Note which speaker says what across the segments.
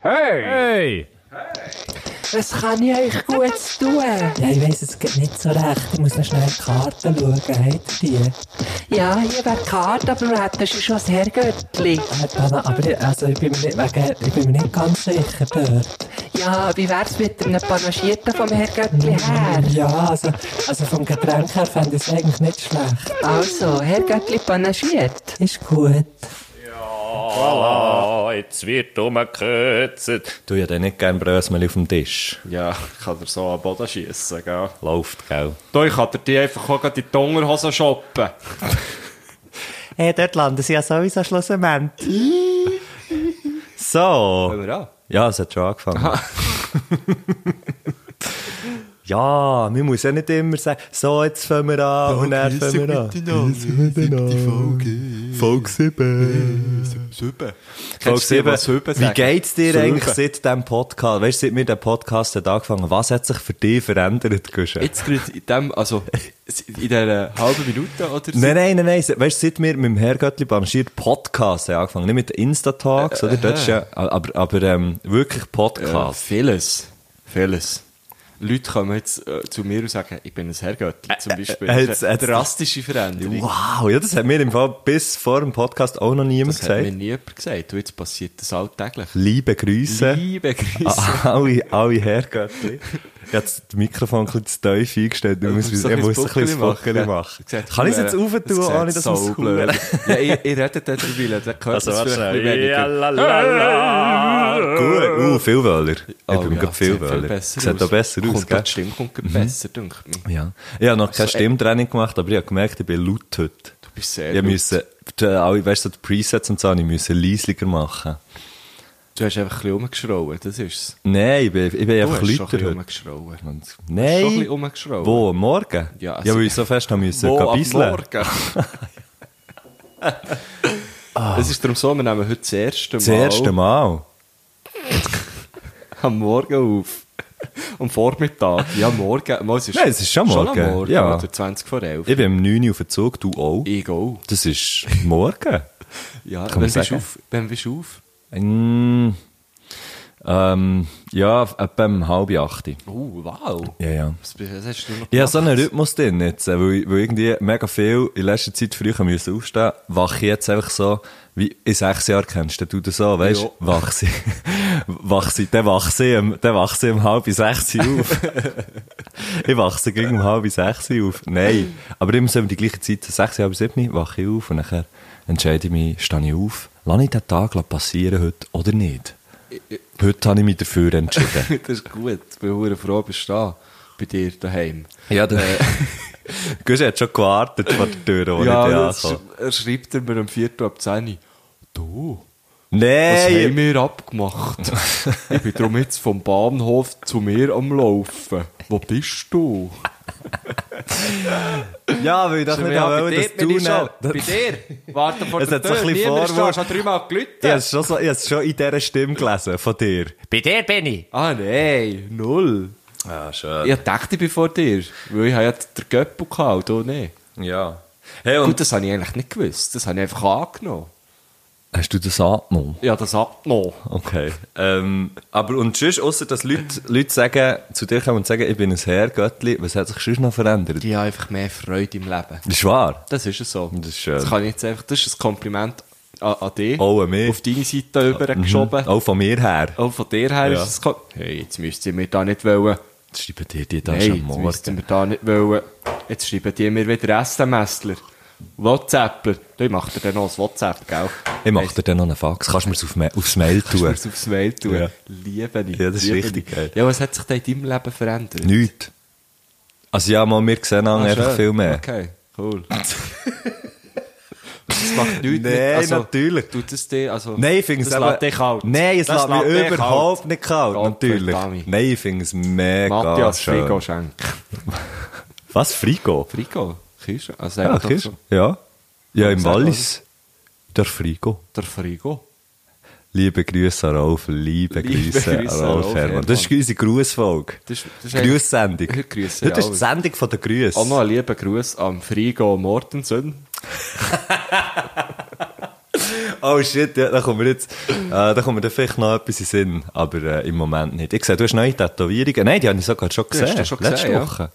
Speaker 1: Hey!
Speaker 2: Hey!
Speaker 3: Was kann ich euch Gutes tun?
Speaker 4: Ja, ich weiss, es geht nicht so recht. Ich muss noch schnell die Karten schauen. Habt ihr die?
Speaker 3: Ja, hier wäre die Karte, aber wir hätten schon das Herrgöttli.
Speaker 4: Äh, Dana, aber ich, also ich, bin mir nicht, wegen, ich bin mir nicht ganz sicher dort.
Speaker 3: Ja, wie wär's mit einem Panagierten vom Herrgöttli her?
Speaker 4: Ja, also, also vom Getränk her fände ich es eigentlich nicht schlecht.
Speaker 3: Also, Herrgöttli panagiert.
Speaker 4: Ist gut.
Speaker 5: Ah, jetzt wird rumgekürzt.
Speaker 6: Du ja dann nicht gerne Brösmeli auf dem Tisch.
Speaker 5: Ja, ich kann dir so am Boden schiessen, gell?
Speaker 6: Läuft, gell?
Speaker 5: Da, ich kann dir die einfach auch gleich in die Unterhose shoppen.
Speaker 7: Hey, dort landen sie ja sowieso schlussendlich.
Speaker 6: So! Ja, es hat schon angefangen. ja, man muss ja nicht immer sagen, so, jetzt fangen wir an und dann fangen wir an. Folge 7.
Speaker 5: Sübe.
Speaker 6: Folge 7. Wie geht's dir
Speaker 5: Sieben.
Speaker 6: eigentlich seit dem Podcast? Weißt du, seit wir den Podcast hat angefangen was hat sich für dich verändert, Guschen?
Speaker 5: Jetzt gerade in dem, also, in dieser halben Minute, oder?
Speaker 6: Nein, nein, nein, nein. Weißt du, seit wir mit dem Herrgöttli Banschir Podcast haben angefangen, nicht mit Insta-Talks, oder? Dort ist ja, aber, aber ähm, wirklich
Speaker 5: Äh,
Speaker 6: Podcast.
Speaker 5: vieles. Vieles. Leute kommen jetzt äh, zu mir und sagen, ich bin ein Herrgöttli, zum Beispiel.
Speaker 6: äh,
Speaker 5: Das ist
Speaker 6: äh,
Speaker 5: eine
Speaker 6: äh,
Speaker 5: drastische Veränderung.
Speaker 6: Wow, ja, das hat mir im Fall bis vor dem Podcast auch noch niemand
Speaker 5: Das hat mir
Speaker 6: gesagt.
Speaker 5: nie jemand gesagt. Und jetzt passiert das alltäglich.
Speaker 6: Liebe Grüße.
Speaker 5: Liebe Grüße.
Speaker 6: Ah, alle, alle Herrgöttli. Ich habe das Mikrofon ein bisschen zu tief eingestellt. Ich muss,
Speaker 5: So
Speaker 6: ich muss ein
Speaker 5: Buckel
Speaker 6: bisschen Buckel machen. Kann ich es jetzt
Speaker 5: aufhören,
Speaker 6: aufentun, ohne dass man es cool
Speaker 5: Ja, ich, ich rede dann drüber, dann gehört also, es vielleicht ein bisschen weniger.
Speaker 6: Gut, uh, viel Wöller. Ich
Speaker 5: Oh
Speaker 6: bin
Speaker 5: ja,
Speaker 6: gerade viel
Speaker 5: sieht
Speaker 6: Wöller.
Speaker 5: besser
Speaker 6: Sieht auch
Speaker 5: aus.
Speaker 6: besser aus,
Speaker 5: kommt gell?
Speaker 6: gell?
Speaker 5: Die Stimme kommt gerade besser, denke ich. mir.
Speaker 6: Ja. Ich habe noch keine
Speaker 5: Also, äh,
Speaker 6: Stimmtraining gemacht, aber ich habe gemerkt, ich bin laut heute. Du
Speaker 5: bist sehr
Speaker 6: ich
Speaker 5: laut.
Speaker 6: Müssen, die, alle, weißt du, die Presets und so, habe ich müssen leisliger machen.
Speaker 5: Du hast einfach ein bisschen rumgeschraubt, das ist es.
Speaker 6: Nein, ich bin, ich bin
Speaker 5: Du
Speaker 6: einfach
Speaker 5: hast schon ein
Speaker 6: lauter
Speaker 5: bisschen
Speaker 6: heute. Und-
Speaker 5: rumgeschraubt. Schon ein bisschen
Speaker 6: Nein.
Speaker 5: rumgeschraubt.
Speaker 6: Wo, am morgen?
Speaker 5: Ja, also-
Speaker 6: ja, weil ich so fest haben müssen,
Speaker 5: Wo
Speaker 6: gehen
Speaker 5: am
Speaker 6: bisseln.
Speaker 5: Morgen? Es ist darum so, wir nehmen heute das erste Mal,
Speaker 6: Das erste Mal.
Speaker 5: am Morgen auf. Am Vormittag. Ja, morgen. Mal, es ist
Speaker 6: Nein, es ist schon
Speaker 5: Schon
Speaker 6: morgen.
Speaker 5: am Morgen,
Speaker 6: Ja.
Speaker 5: oder 20 vor 11.
Speaker 6: Ich bin um 9 Uhr auf dem Zug, du auch.
Speaker 5: Ich auch.
Speaker 6: Das ist morgen.
Speaker 5: Ja,
Speaker 6: Kann man
Speaker 5: wenn bist du
Speaker 6: sagen.
Speaker 5: auf? Wenn bist du auf?
Speaker 6: Mm, ähm, ja, etwa um halb acht.
Speaker 5: Oh, wow.
Speaker 6: Ja, ja.
Speaker 5: Was, bist- was hast du noch
Speaker 6: Ich habe so einen Rhythmus drin jetzt, äh, weil, weil irgendwie mega viel in letzter Zeit früh müssen aufstehen wache ich jetzt einfach so, wie in sechs Jahren kennst du das so, weißt
Speaker 5: Ja.
Speaker 6: du? Wachse ich, wachse ich, dann wachse ich, um- dann wachse ich um halb sechs auf. ich wachse gegen um halb sechs auf. Nein, aber immer so um die gleiche Zeit, sechs, halb sieben, wache ich auf und nachher entscheide ich mich, stehe ich auf, lasse ich den Tag passieren heute oder nicht? Heute habe ich mich dafür entschieden.
Speaker 5: das ist gut. Ich bin verdammt froh, bist du da. Bei dir daheim.
Speaker 6: Ja, der Gusch Äh, hat schon gewartet vor der Tür, wo
Speaker 5: ja,
Speaker 6: ich
Speaker 5: das
Speaker 6: ankomme.
Speaker 5: sch- er schreibt er mir am 4. ab 10 Uhr. Du, was haben
Speaker 6: Nein!
Speaker 5: wir abgemacht? ich bin darum jetzt vom Bahnhof zu mir am Laufen. Wo bist du?
Speaker 6: Ja, weil ich
Speaker 5: Also,
Speaker 6: doch nicht wollte, dass du
Speaker 5: Bei
Speaker 6: nicht...
Speaker 5: dir. Warte vor
Speaker 6: Es
Speaker 5: der
Speaker 6: hat so ein
Speaker 5: Tür.
Speaker 6: bisschen
Speaker 5: Niemand steht,
Speaker 6: Vorwurf.
Speaker 5: schon dreimal
Speaker 6: Ich habe
Speaker 5: gelitten.
Speaker 6: es schon, so, ich habe es schon in dieser Stimme gelesen, von dir.
Speaker 7: Bei dir bin ich.
Speaker 5: Ah, nein. Null.
Speaker 6: Ja, schön.
Speaker 5: Ich dachte, ich bin vor dir. Weil ich habe ja den Göppel gehabt und du nicht.
Speaker 6: Ja. Hey, und
Speaker 5: Gut, das habe ich eigentlich nicht gewusst. Das habe ich einfach angenommen.
Speaker 6: hast du das angenommen?
Speaker 5: Ja, das abgenommen.
Speaker 6: Okay. Ähm, aber und sonst, außer dass Leute, Leute sagen, zu dir kommen und sagen, ich bin ein Herrgöttli, was hat sich sonst noch verändert?
Speaker 5: Die haben einfach mehr Freude im Leben.
Speaker 6: Das ist wahr.
Speaker 5: Das ist es so.
Speaker 6: Das ist schön.
Speaker 5: Das, kann ich jetzt einfach, das ist ein Kompliment an, an dich.
Speaker 6: Auch an mich.
Speaker 5: Auf deine Seite übergeschoben.
Speaker 6: Auch von mir her.
Speaker 5: Auch von dir her
Speaker 6: Oh, mhm. Ja.
Speaker 5: ist es... kom- Hey, jetzt müsst ihr mir da nicht wollen...
Speaker 6: Das schreiben dir die da
Speaker 5: Nein,
Speaker 6: schon am
Speaker 5: jetzt müsst ihr
Speaker 6: Morgen.
Speaker 5: mir da nicht wollen... Jetzt schreiben die mir wieder SMSler. WhatsAppler. Du, ich mache dir dann noch ein WhatsApp, gell?
Speaker 6: Ich mache dir dann noch einen Fax. Kannst du mir es auf, Ma- aufs Mail
Speaker 5: Du
Speaker 6: tun?
Speaker 5: musst aufs Mail tun.
Speaker 6: Ja.
Speaker 5: Liebe ich.
Speaker 6: Ja, das ist
Speaker 5: liebe
Speaker 6: richtig,
Speaker 5: ich.
Speaker 6: gell?
Speaker 5: Ja, was hat sich denn in deinem Leben verändert?
Speaker 6: Nichts. Also ja, mal, wir sehen
Speaker 5: Ah,
Speaker 6: einander einfach
Speaker 5: schön.
Speaker 6: viel mehr.
Speaker 5: Okay, cool. das macht nichts
Speaker 6: Nein, natürlich.
Speaker 5: Tut es dir, also...
Speaker 6: Nein, ich finde es
Speaker 5: das
Speaker 6: aber-
Speaker 5: lässt dich kalt.
Speaker 6: Nein, es
Speaker 5: Das
Speaker 6: lässt mich
Speaker 5: lässt dich
Speaker 6: überhaupt nicht kalt,
Speaker 5: Gott
Speaker 6: natürlich.
Speaker 5: verdammt.
Speaker 6: Nein, ich finde es mega
Speaker 5: Matthias
Speaker 6: schön.
Speaker 5: Frigo Schenk.
Speaker 6: Was, Frigo?
Speaker 5: Frigo? Kisch? Also
Speaker 6: Ja,
Speaker 5: sagt man doch
Speaker 6: Kirsch.
Speaker 5: so.
Speaker 6: Ja. Ja, im
Speaker 5: Sag mal.
Speaker 6: Wallis. Der Frigo.
Speaker 5: Der Frigo.
Speaker 6: Liebe Grüße an Rolf, liebe,
Speaker 5: Liebe
Speaker 6: Grüße an
Speaker 5: Grüße an
Speaker 6: Rolf
Speaker 5: Rolf
Speaker 6: Hermann.
Speaker 5: Herrmann.
Speaker 6: Das ist unsere Grußfolge.
Speaker 5: Das ist- das ist eigentlich-
Speaker 6: Grüßsendung.
Speaker 5: Heute grüssen
Speaker 6: Heute ist die
Speaker 5: alle.
Speaker 6: Sendung von der Grüße.
Speaker 5: Auch noch einen lieben Gruß an Frigo Mortensen.
Speaker 6: Oh shit, ja, da kommt mir jetzt, äh, da kommt mir dann vielleicht noch etwas in den Sinn, aber äh, im Moment nicht. Ich sehe, du hast neue Tätowierungen. Nein, die habe ich sogar schon
Speaker 5: hast du
Speaker 6: gesehen.
Speaker 5: schon
Speaker 6: letzte
Speaker 5: gesehen, ja.
Speaker 6: Woche.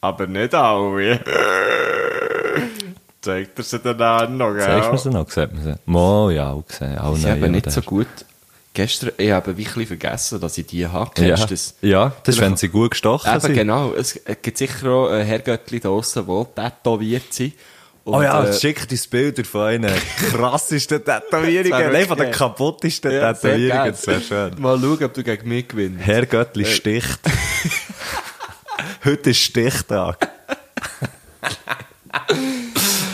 Speaker 5: Aber nicht alle. Zeigt er sie dann auch noch, gell?
Speaker 6: Zeigst du mir sie noch? Sieht man sie? Mo, ja, auch gesehen. Auch
Speaker 5: Sie
Speaker 6: neue,
Speaker 5: haben Oh nicht
Speaker 6: oder?
Speaker 5: so gut. Gestern, ich habe ein bisschen vergessen, dass ich die habe.
Speaker 6: ja.
Speaker 5: Kennst du das?
Speaker 6: Ja, das ist, wenn sie gut gestochen
Speaker 5: Eben,
Speaker 6: sind.
Speaker 5: genau. Es gibt sicher auch äh, Herrgöttli da draussen, die tätowiert sind. Und,
Speaker 6: Oh ja,
Speaker 5: äh,
Speaker 6: schick uns Bilder von einer krassesten
Speaker 5: Das wär
Speaker 6: Tätowierungen. Nein, von der
Speaker 5: wirklich-
Speaker 6: kaputtesten
Speaker 5: ja, sehr
Speaker 6: Tätowierungen.
Speaker 5: gerne.
Speaker 6: Das wäre schön.
Speaker 5: Mal schauen, ob du gegen mich gewinnst.
Speaker 6: Herr
Speaker 5: Äh.
Speaker 6: Göttli sticht. Heute ist Stichtag.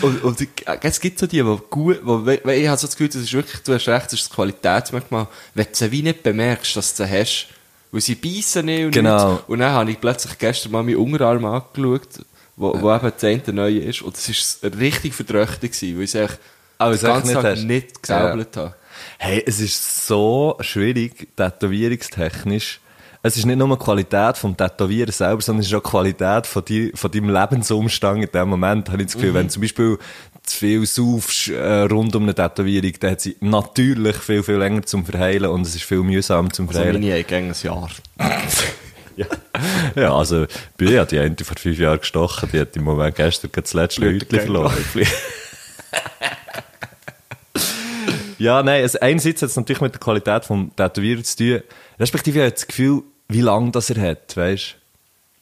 Speaker 5: Und, und die- es gibt so die, die gut, wo, weil weil ich habe so das Gefühl, das ist wirklich, du hast recht, das ist das Qualitätsmerkmal. Wenn du sie wie nicht bemerkst, dass du sie hast, weil sie beißen nicht und
Speaker 6: Genau.
Speaker 5: nichts. Und dann habe ich plötzlich gestern mal meinen Unterarm angeschaut, wo, wo eben der eine neu ist, und es war richtig verdröchtig, gewesen, weil ich es echt
Speaker 6: Ah, weil
Speaker 5: den
Speaker 6: du es echt
Speaker 5: ganzen
Speaker 6: nicht
Speaker 5: Tag
Speaker 6: hast.
Speaker 5: nicht gesäubelt habe.
Speaker 6: Hey, es ist so schwierig, tätowierungstechnisch. Es ist nicht nur die Qualität vom Tätowieren selber, sondern es ist auch die Qualität von, die, von deinem Lebensumstand in dem Moment. Habe ich das
Speaker 5: Mhm.
Speaker 6: Gefühl, wenn du zum Beispiel zu viel saufst äh, rund um eine Tätowierung, dann hat sie natürlich viel, viel länger zum Verheilen und es ist viel mühsam zum
Speaker 5: Also
Speaker 6: Verheilen.
Speaker 5: meine haben gegen ein Jahr.
Speaker 6: ja. ja, also, Bü hat die eine vor fünf Jahren gestochen, die hat im Moment gestern gerade das letzte
Speaker 5: Blöd
Speaker 6: Leutchen verloren. ja, nein, also einerseits hat es natürlich mit der Qualität vom Tätowierer zu tun, respektive hat das Gefühl, wie lange das er hat, weißt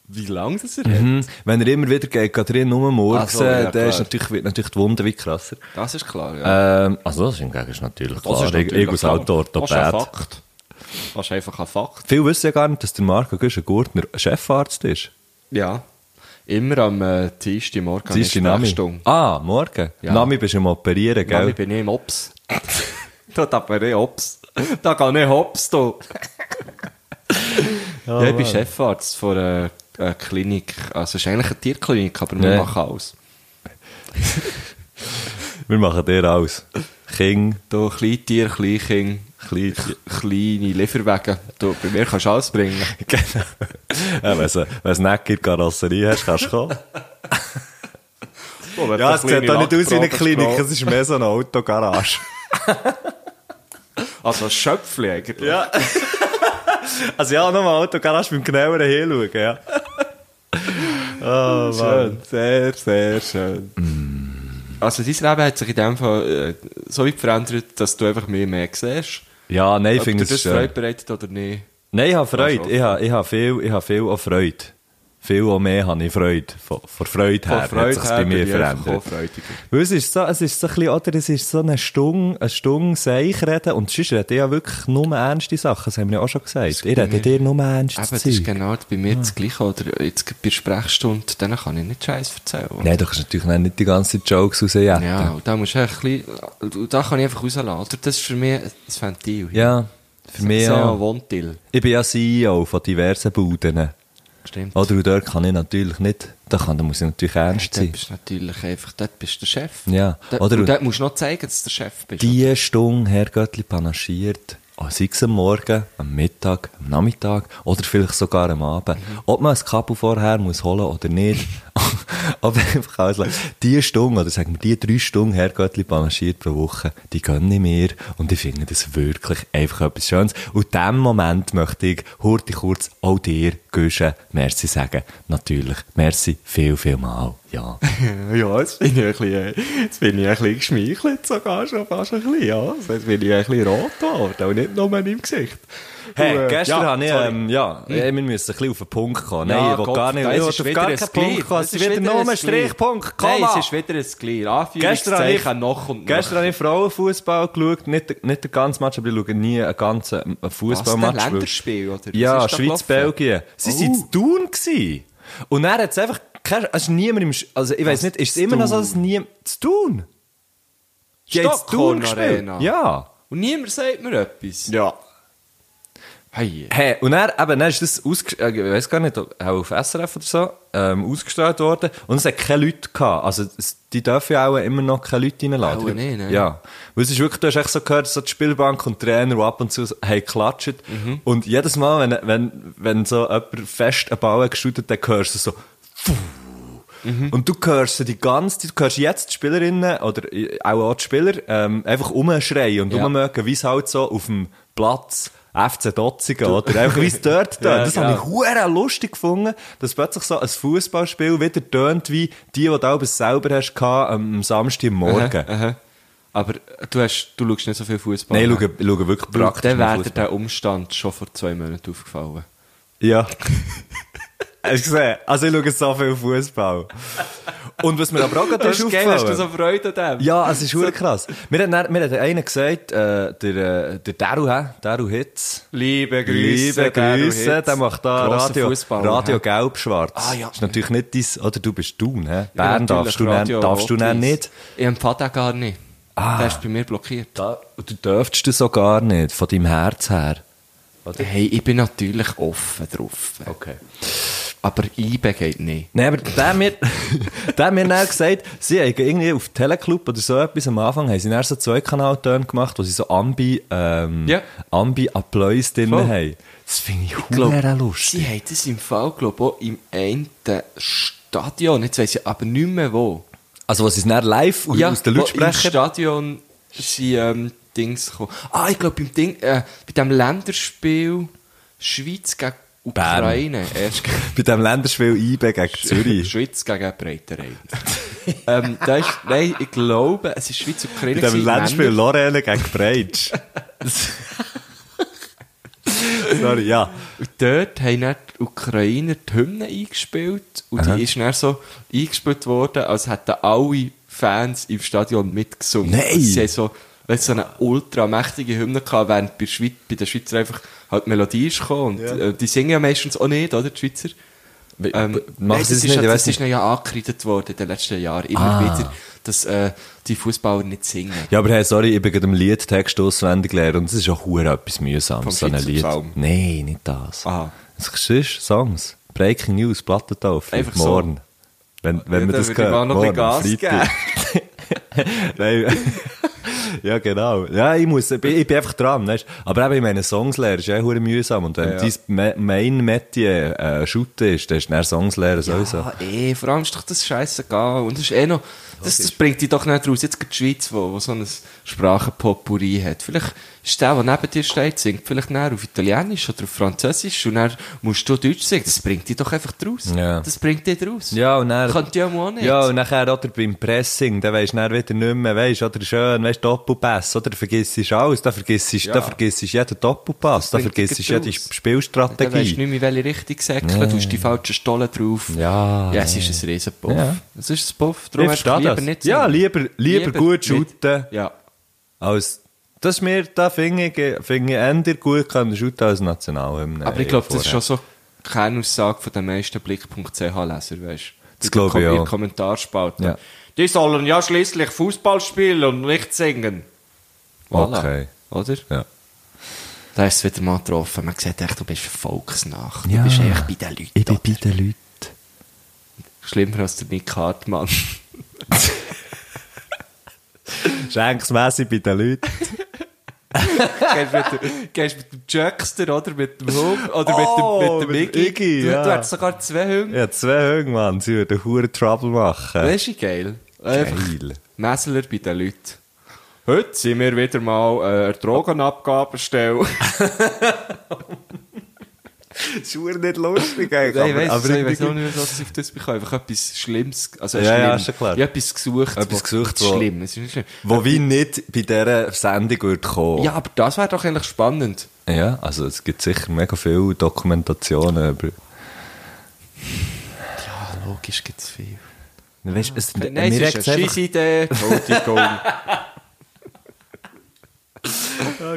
Speaker 5: Wie lange das er hat?
Speaker 6: Mhm. Wenn er immer wieder geht, geht drin
Speaker 5: Ach
Speaker 6: rummurksen,
Speaker 5: so, ja,
Speaker 6: dann ist
Speaker 5: klar.
Speaker 6: natürlich, wird natürlich die Wunde wie krasser.
Speaker 5: Das ist klar, ja.
Speaker 6: Ähm, also das hingegen ist natürlich klar. ich, ich als
Speaker 5: klar. Das ist ein
Speaker 6: Autoorthopäd.
Speaker 5: Fakt. Das ist einfach ein Fakt.
Speaker 6: Viele wissen ja gar nicht, dass der Marco Güsch ein Gurtner Chefarzt ist.
Speaker 5: Ja. Immer am äh, Dienstagmorgen.
Speaker 6: Sie ist die Nami. Ah, morgen.
Speaker 5: Ja.
Speaker 6: Nami bist du am Operieren, gell?
Speaker 5: Nami bin ich im Ops. da darf man nicht Ops. Da kann ich Hops, du. ja, ich bin Chefarzt von einer, einer Klinik. Also, es ist eigentlich eine Tierklinik, aber wir
Speaker 6: Nee.
Speaker 5: machen alles.
Speaker 6: Wir machen dir alles. King,
Speaker 5: Da Kleintier, Kleinkind,
Speaker 6: Klein.
Speaker 5: kleine Lieferwagen. Du, bei mir kannst du alles bringen.
Speaker 6: Genau. Wenn es einen Neck in der Karosserie hast, kannst du kommen. Ja, es sieht doch nicht aus wie eine Klinik, es ist mehr so eine Autogarage.
Speaker 5: Also, ein Schöpfchen eigentlich.
Speaker 6: ja. Also ja, nochmal Autogarage beim genaueren hinschauen, ja. Oh, Mann.
Speaker 5: Sehr, sehr schön. Also dein Leben hat sich in dem Fall äh, so weit verändert, dass du einfach mehr mehr siehst.
Speaker 6: Ja, nein, ich
Speaker 5: Ob dir
Speaker 6: finde
Speaker 5: das
Speaker 6: es schön.
Speaker 5: Freude bereitet oder nicht.
Speaker 6: Nein, ich habe
Speaker 5: Ah,
Speaker 6: Freude.
Speaker 5: schon.
Speaker 6: Ich habe, ich habe viel, ich habe viel an Freude. Viel auch mehr habe ich Freude. Von, von Freude her hat sich bei mir verändert. Weil es ist so, es ist so ein bisschen, oder es ist so eine Stunde, eine Stunde seich reden und sonst rede ich ja wirklich nur ernste Sachen, das haben wir ja auch schon gesagt. Ich rede dir nur
Speaker 5: Aber
Speaker 6: ernstes
Speaker 5: das ist
Speaker 6: Zeug.
Speaker 5: genau bei mir das Gleiche. Oder jetzt bei der Sprechstunde, dann kann ich nicht Scheiß erzählen.
Speaker 6: Nein, du kannst natürlich dann nicht die ganze Zeit Jokes rausjetten.
Speaker 5: Ja,
Speaker 6: Ja.
Speaker 5: und da musst du echt ein bisschen, da kann ich einfach rauslassen. Oder das ist für mich ein Ventil.
Speaker 6: ja, für mich
Speaker 5: Sehr
Speaker 6: auch.
Speaker 5: Wontil.
Speaker 6: Ich bin ja CEO von diversen Buden.
Speaker 5: Stimmt.
Speaker 6: Oder und dort kann ich natürlich nicht, da, kann, da muss ich natürlich ernst
Speaker 5: Dort
Speaker 6: sein.
Speaker 5: bist du natürlich einfach, dort bist du der Chef.
Speaker 6: Ja.
Speaker 5: Dort,
Speaker 6: Oder-
Speaker 5: und dort musst du noch zeigen, dass du der Chef bist.
Speaker 6: Die Stunde, Herr Göttli, panaschiert. Oh, sei es am Morgen, am Mittag, am Nachmittag oder vielleicht sogar am Abend. Ob man ein Kabel vorher muss holen oder nicht. Aber einfach alles lassen. Die Stunde, oder sagen wir, die drei Stunden, Herr Göttli, panaschiert pro Woche, die gönne ich mir und ich finde das wirklich einfach etwas Schönes. Und in dem Moment möchte ich hurti kurz auch dir, Güsche, merci sagen. Natürlich. Merci viel, viel mal. Ja.
Speaker 5: Ja, jetzt bin ich ein bisschen, äh, jetzt bin ich ein bisschen geschmeichelt sogar schon fast ein bisschen, ja. Also Jetzt bin ich ein bisschen rot geworden, und nicht nur im Gesicht. Und,
Speaker 6: Hey,
Speaker 5: äh,
Speaker 6: gestern
Speaker 5: ja,
Speaker 6: habe ich,
Speaker 5: sorry. Hm?
Speaker 6: ähm, ja, ey, wir müssen ein bisschen auf den Punkt kommen. Nein,
Speaker 5: Ja,
Speaker 6: ich will
Speaker 5: Gott,
Speaker 6: gar nicht,
Speaker 5: da
Speaker 6: ich
Speaker 5: ist
Speaker 6: will
Speaker 5: es
Speaker 6: auf
Speaker 5: wieder
Speaker 6: gar
Speaker 5: ein
Speaker 6: keinen
Speaker 5: Glied.
Speaker 6: Punkt kommen.
Speaker 5: Es
Speaker 6: Es
Speaker 5: ist
Speaker 6: ist wieder
Speaker 5: wieder
Speaker 6: nur
Speaker 5: ein
Speaker 6: ein
Speaker 5: Glied.
Speaker 6: Strichpunkt,
Speaker 5: Nein,
Speaker 6: Komma.
Speaker 5: es ist wieder ein Glied.
Speaker 6: Gestern habe ich,
Speaker 5: Anführungszeichen noch und
Speaker 6: gestern
Speaker 5: noch.
Speaker 6: habe ich Frauenfußball geschaut, nicht, nicht den ganzen Match, aber ich schaue nie einen ganzen ähm, Fußballmatch.
Speaker 5: Was, ein
Speaker 6: weil-
Speaker 5: Länderspiel, oder? Was
Speaker 6: Ja,
Speaker 5: ist da
Speaker 6: Schweiz-Belgien. Sie waren
Speaker 5: Oh.
Speaker 6: zu Thun. Gewesen. Und er hat es einfach, kein- es ist niemand im, Sch- also ich weiß nicht, ist es immer noch so, dass niemand, zu Thun? Die haben zu Thun
Speaker 5: Stockholm
Speaker 6: gespielt.
Speaker 5: Arena.
Speaker 6: Ja.
Speaker 5: Und niemand sagt mir etwas.
Speaker 6: Ja.
Speaker 5: Hey,
Speaker 6: Hey, und dann, eben, dann ist das ausgestrahlt, ich weiß gar nicht, ob auch auf SRF oder so, ähm, ausgestrahlt worden. Und es hat keine Leute gehabt. Also, es, die dürfen ja auch immer noch keine Leute reinladen.
Speaker 5: Auch nicht, ne?
Speaker 6: Ja. Weil es ist wirklich, du hast echt so gehört, so die Spielbank und die Trainer, die ab und zu haben geklatscht.
Speaker 5: Mhm.
Speaker 6: Und jedes Mal, wenn, wenn, wenn so jemand fest einen Ball hat geschüttet, dann hörst du so,
Speaker 5: Hm.
Speaker 6: Und du hörst sie die ganze Zeit, du hörst jetzt die Spielerinnen oder äh, auch, auch die Spieler ähm, einfach rumschreien und
Speaker 5: Ja.
Speaker 6: rummögen, wie es halt so auf dem Platz FC Dotzigen oder einfach wie es dort tönt. das
Speaker 5: Ja, genau.
Speaker 6: habe
Speaker 5: ja.
Speaker 6: ich hure lustig gefunden, dass plötzlich so ein Fußballspiel wieder tönt wie die, die du auch selber hast gehabt, ähm, am Samstagmorgen.
Speaker 5: Aha, aha. Aber äh, du, hast, du schaust nicht so viel Fußball.
Speaker 6: Nein, ich schaue, ich schaue wirklich praktisch
Speaker 5: Dann
Speaker 6: nur
Speaker 5: wäre dir
Speaker 6: Fußball.
Speaker 5: der Umstand schon vor zwei Monaten aufgefallen.
Speaker 6: Ja. Hast du gesehen? Also ich schaue so viel Fußball. Und was mir aber auch gerade ist
Speaker 5: hast du
Speaker 6: aufgefallen.
Speaker 5: so Freude an dem?
Speaker 6: Ja, es ist wirklich krass. Mir hat, dann- mir hat einer gesagt, äh, der, äh, der Daru, hä? Daru Hitz.
Speaker 5: Liebe Grüße,
Speaker 6: Liebe Grüße, der macht da
Speaker 5: Grosser
Speaker 6: Radio,
Speaker 5: Fußballer,
Speaker 6: Radio
Speaker 5: hä?
Speaker 6: Gelb-Schwarz.
Speaker 5: Ah, ja.
Speaker 6: Ist natürlich nicht dein, oder du bist du, hä?
Speaker 5: Ja,
Speaker 6: Bern
Speaker 5: natürlich,
Speaker 6: darfst du, dann,
Speaker 5: Radio
Speaker 6: darfst du dann
Speaker 5: Rot-Weiss.
Speaker 6: nicht. Ah.
Speaker 5: Ich empfand den gar nicht. Der ist bei mir blockiert.
Speaker 6: Da, du dürftest du so gar nicht, von deinem Herz her.
Speaker 5: Hey, ich bin natürlich offen drauf.
Speaker 6: Okay.
Speaker 5: Aber IBE geht nicht.
Speaker 6: Nein, aber der hat mir, der hat mir dann gesagt, sie haben irgendwie auf Teleclub oder so etwas am Anfang, haben sie dann so zwei Kanaltöne gemacht, wo sie so Ambi, ähm,
Speaker 5: Ja.
Speaker 6: Ambi-Applaus drin
Speaker 5: Voll.
Speaker 6: haben. Das finde ich
Speaker 5: glaub,
Speaker 6: sehr lustig.
Speaker 5: Sie haben das im Fall, glaube ich, auch im einen Stadion, jetzt weiss ich aber nicht mehr wo.
Speaker 6: Also, was sie dann live aus- aus den
Speaker 5: wo Im
Speaker 6: Lautsprechern...
Speaker 5: Stadion sind ähm, Dings gekommen. Ah, ich glaube, beim Ding, äh, bei dem Länderspiel Schweiz gegen
Speaker 6: Bern.
Speaker 5: Ukraine. Erst
Speaker 6: Bei diesem Länderspiel IB gegen Zürich.
Speaker 5: Schweiz gegen Breitenrein. ähm, da ist, nein, ich glaube, es ist Schweiz und Ukraine.
Speaker 6: Bei diesem
Speaker 5: gewesen,
Speaker 6: Länderspiel
Speaker 5: Männer.
Speaker 6: Lorraine gegen Breitsch. Sorry, ja.
Speaker 5: Und dort haben dann die Ukrainer die Hymne eingespielt und die ist dann so eingespielt worden, als hätten alle Fans im Stadion mitgesungen.
Speaker 6: Nein!
Speaker 5: Sie haben so, weißt, so eine ultramächtige Hymne gehabt, während bei, Schweiz, bei den Schweizer einfach halt die Melodie ist gekommen. Und äh, die singen ja meistens auch nicht, oder, die Schweizer? Ähm, nein,
Speaker 6: Machen
Speaker 5: das
Speaker 6: sie es
Speaker 5: ist,
Speaker 6: nicht,
Speaker 5: ja-
Speaker 6: ich
Speaker 5: das
Speaker 6: weiss
Speaker 5: ist
Speaker 6: nicht. Ah.
Speaker 5: ihnen ja angekreidet worden in den letzten Jahren, immer wieder, dass äh, die Fußballer nicht singen.
Speaker 6: Ja, aber hey, sorry, ich bin gerade am Liedtext auswendig gelernt und es ist auch hure etwas mühsam,
Speaker 5: Vom
Speaker 6: so ein
Speaker 5: Schweizer
Speaker 6: Lied.
Speaker 5: Psalm.
Speaker 6: Nein, nicht das.
Speaker 5: Aha.
Speaker 6: Es ist Songs. Breaking News, Plattentauf.
Speaker 5: Einfach so.
Speaker 6: morgen. Wenn, wenn
Speaker 5: Ja,
Speaker 6: wir
Speaker 5: dann
Speaker 6: das
Speaker 5: würde ich
Speaker 6: hören.
Speaker 5: mal noch ein bisschen Gas
Speaker 6: Freitag. Nein. ja, genau. Ja, ich muss, ich, bin- ich bin einfach dran, weißt. Aber eben, ich meine, Songs lernen ist ja hure mühsam und wenn
Speaker 5: Ja, ja.
Speaker 6: dein Me- Main Metier, äh, Shooten ist, dann ist dann Songs lernen sowieso.
Speaker 5: Ja, eh, vor allem ist doch das scheißegal. Und das ist eh noch, das, das bringt dich doch nicht raus. Jetzt geht die Schweiz, wo, wo so ein Sprachenpopuri hat. Vielleicht ist der, der neben dir steht, singt vielleicht näher auf Italienisch oder auf Französisch und dann musst du Deutsch singen. Das bringt dich doch einfach raus.
Speaker 6: Ja.
Speaker 5: Das bringt dich raus.
Speaker 6: Ja, und dann...
Speaker 5: Könnte ja mal auch nicht.
Speaker 6: Ja, und nachher, oder, beim Pressing, dann weisst du dann wieder nicht mehr, weisst, oder, schön, weisst, Doppelpass, oder, vergisst du alles, da vergisst du, da vergisst du jeden Doppelpass, da
Speaker 5: bringt
Speaker 6: vergisst du
Speaker 5: dich
Speaker 6: jede
Speaker 5: raus. Dann weisst du
Speaker 6: Spielstrategie.
Speaker 5: nicht mehr, welche Richtung säckeln, du hast die falschen Stollen drauf.
Speaker 6: Ja,
Speaker 5: Ja, es ist ein Riesenpuff.
Speaker 6: Ja.
Speaker 5: Es ist ein Puff,
Speaker 6: Ich
Speaker 5: darum hätte
Speaker 6: verstehe das.
Speaker 5: nicht
Speaker 6: Ja,
Speaker 5: singen.
Speaker 6: lieber, lieber, gut
Speaker 5: nicht.
Speaker 6: shooten,
Speaker 5: Ja.
Speaker 6: als, das ist mir, da finde ich, finde ich, eher gut kann shooten als Nationalhymne.
Speaker 5: Aber ich glaube, das ist
Speaker 6: vorher.
Speaker 5: schon so die Kernaussage von den meisten Blick.ch-Leser, weißt
Speaker 6: Das glaube ich
Speaker 5: In der
Speaker 6: auch.
Speaker 5: Kommentarspalte.
Speaker 6: Ja.
Speaker 5: Die sollen ja schließlich Fußball spielen und nicht singen. Voilà.
Speaker 6: Okay.
Speaker 5: Oder?
Speaker 6: Ja.
Speaker 5: Da ist es wieder mal getroffen. Man sieht echt, du bist volksnach. Du
Speaker 6: Ja.
Speaker 5: bist echt bei den Leuten.
Speaker 6: Ich bin bei den Leuten.
Speaker 5: Schlimmer als der Nick Hartmann.
Speaker 6: Schenk's Messi bei den Leuten.
Speaker 5: gehst, mit, dem- gehst mit dem Jackster oder mit dem Hund oder
Speaker 6: Oh,
Speaker 5: mit dem,
Speaker 6: mit
Speaker 5: mit
Speaker 6: dem
Speaker 5: dem Iggy.
Speaker 6: Iggy,
Speaker 5: du,
Speaker 6: ja.
Speaker 5: du hättest sogar zwei Hunde.
Speaker 6: Ja, zwei Hünger, Mann, sie würden hure Trouble machen.
Speaker 5: Das ist ja geil. Einfach
Speaker 6: Geil.
Speaker 5: Messeler bei den Leuten. Heute sind wir wieder mal äh, eine Drogenabgabenstelle.
Speaker 6: Das ist hure nicht lustig, eigentlich.
Speaker 5: Nein, ich weiss, aber ich
Speaker 6: irgendwie-
Speaker 5: weiss auch nicht, mehr, was ich auf das bekomme. Einfach etwas Schlimmes. Also,
Speaker 6: Ja,
Speaker 5: schlimm.
Speaker 6: ja, ist ja klar.
Speaker 5: Ich habe etwas gesucht.
Speaker 6: Etwas
Speaker 5: was
Speaker 6: gesucht,
Speaker 5: nicht
Speaker 6: wo-
Speaker 5: schlimm. Es ist nicht schlimm.
Speaker 6: Wo wie nicht bei dieser Sendung wird kommen.
Speaker 5: Ja, aber das wäre doch eigentlich spannend.
Speaker 6: ja, also es gibt sicher mega viele Dokumentationen über...
Speaker 5: Ja, logisch gibt es viel.
Speaker 6: Weißt, es,
Speaker 5: Äh, Nein, es ist eine scheisse Idee. Entschuldigung.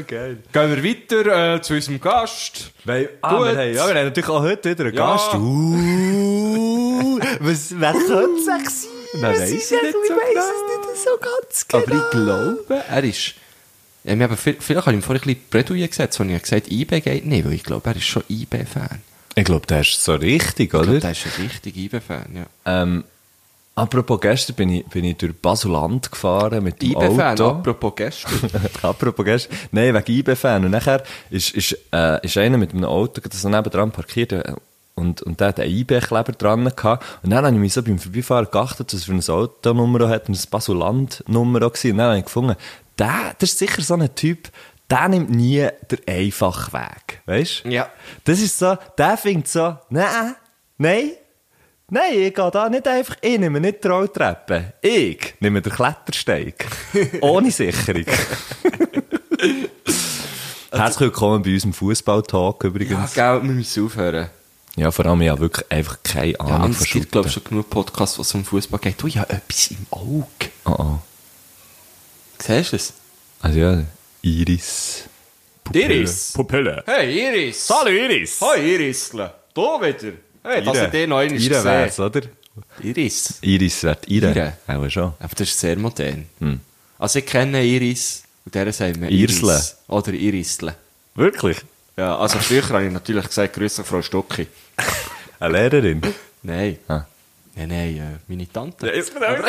Speaker 6: geil.
Speaker 5: Gehen wir weiter äh, zu unserem Gast.
Speaker 6: Weil, ah, wir
Speaker 5: Gut.
Speaker 6: haben, ja, wir haben natürlich auch heute wieder einen
Speaker 5: Ja.
Speaker 6: Gast. Uh, was, wer könnte es sein? Nein, weiss ich nicht so genau.
Speaker 5: Aber ich glaube, er ist. Ja, wir haben viel, vielleicht habe ich ihm vorhin ein bisschen Bredouille gesetzt, sondern ich habe gesagt, IB geht nicht, weil ich glaube, er ist schon IB-Fan.
Speaker 6: Ich glaube, der ist so richtig,
Speaker 5: Ich
Speaker 6: oder?
Speaker 5: glaube, er ist ein richtig IB-Fan, ja.
Speaker 6: Ähm, apropos gestern bin ich, bin ich durch Baseland gefahren mit dem
Speaker 5: IB-Fan,
Speaker 6: Auto.
Speaker 5: E apropos gestern.
Speaker 6: Apropos gestern. eh, dus Nein, wegen IB-Fan. Und nachher ist, ist, äh, ist einer mit einem Auto gerade so nebendran parkiert äh, und, und der hat einen IB-Kleber dran gehabt. Und dann habe ich mich so beim Vorbeifahren geachtet, was für ein Autonummer er hat, und ein Basuland-Nummer auch gewesen. Und dann habe ich gefunden, der, das ist sicher so ein Typ, der nimmt nie den einfachen Weg. Weißt du?
Speaker 5: Ja.
Speaker 6: Das ist so, der findet so, nein, nein, nein, ich gehe da nicht einfach, ich nehme nicht die Rolltreppe. Ich nehme den Klettersteig. Ohne Sicherung. Herzlich willkommen bei unserem Fußball-Talk
Speaker 5: Ja,
Speaker 6: übrigens. Ja,
Speaker 5: gell, wir müssen aufhören.
Speaker 6: vor allem, ich habe wirklich einfach keine Ahnung
Speaker 5: Ja, und
Speaker 6: von
Speaker 5: es gibt,
Speaker 6: Shooten.
Speaker 5: glaube ich, schon genug Podcasts, wo es um Fußball geht. Du, ich habe etwas im Auge.
Speaker 6: Oh, oh.
Speaker 5: Siehst du es?
Speaker 6: Also ja, Iris.
Speaker 5: Iris!
Speaker 6: Pupille.
Speaker 5: Hey, Iris!
Speaker 6: Iris!
Speaker 5: Hi, Irisle! Da wieder! Hey, dass ich den noch einmal
Speaker 6: Ire wär's,
Speaker 5: gesehen
Speaker 6: oder?
Speaker 5: Iris.
Speaker 6: Iris wird Ire.
Speaker 5: Ire.
Speaker 6: Auch schon.
Speaker 5: Aber das ist sehr modern. Also, ich kenne Iris und der sagen wir
Speaker 6: Irsle.
Speaker 5: Iris. Oder Irisle.
Speaker 6: Wirklich?
Speaker 5: Ja, also früher habe ich natürlich gesagt, grüß dich, Frau Stocki.
Speaker 6: Eine Lehrerin.
Speaker 5: Nein.
Speaker 6: Ah.
Speaker 5: Nein, nein, äh, meine Tante.
Speaker 6: ist mir auch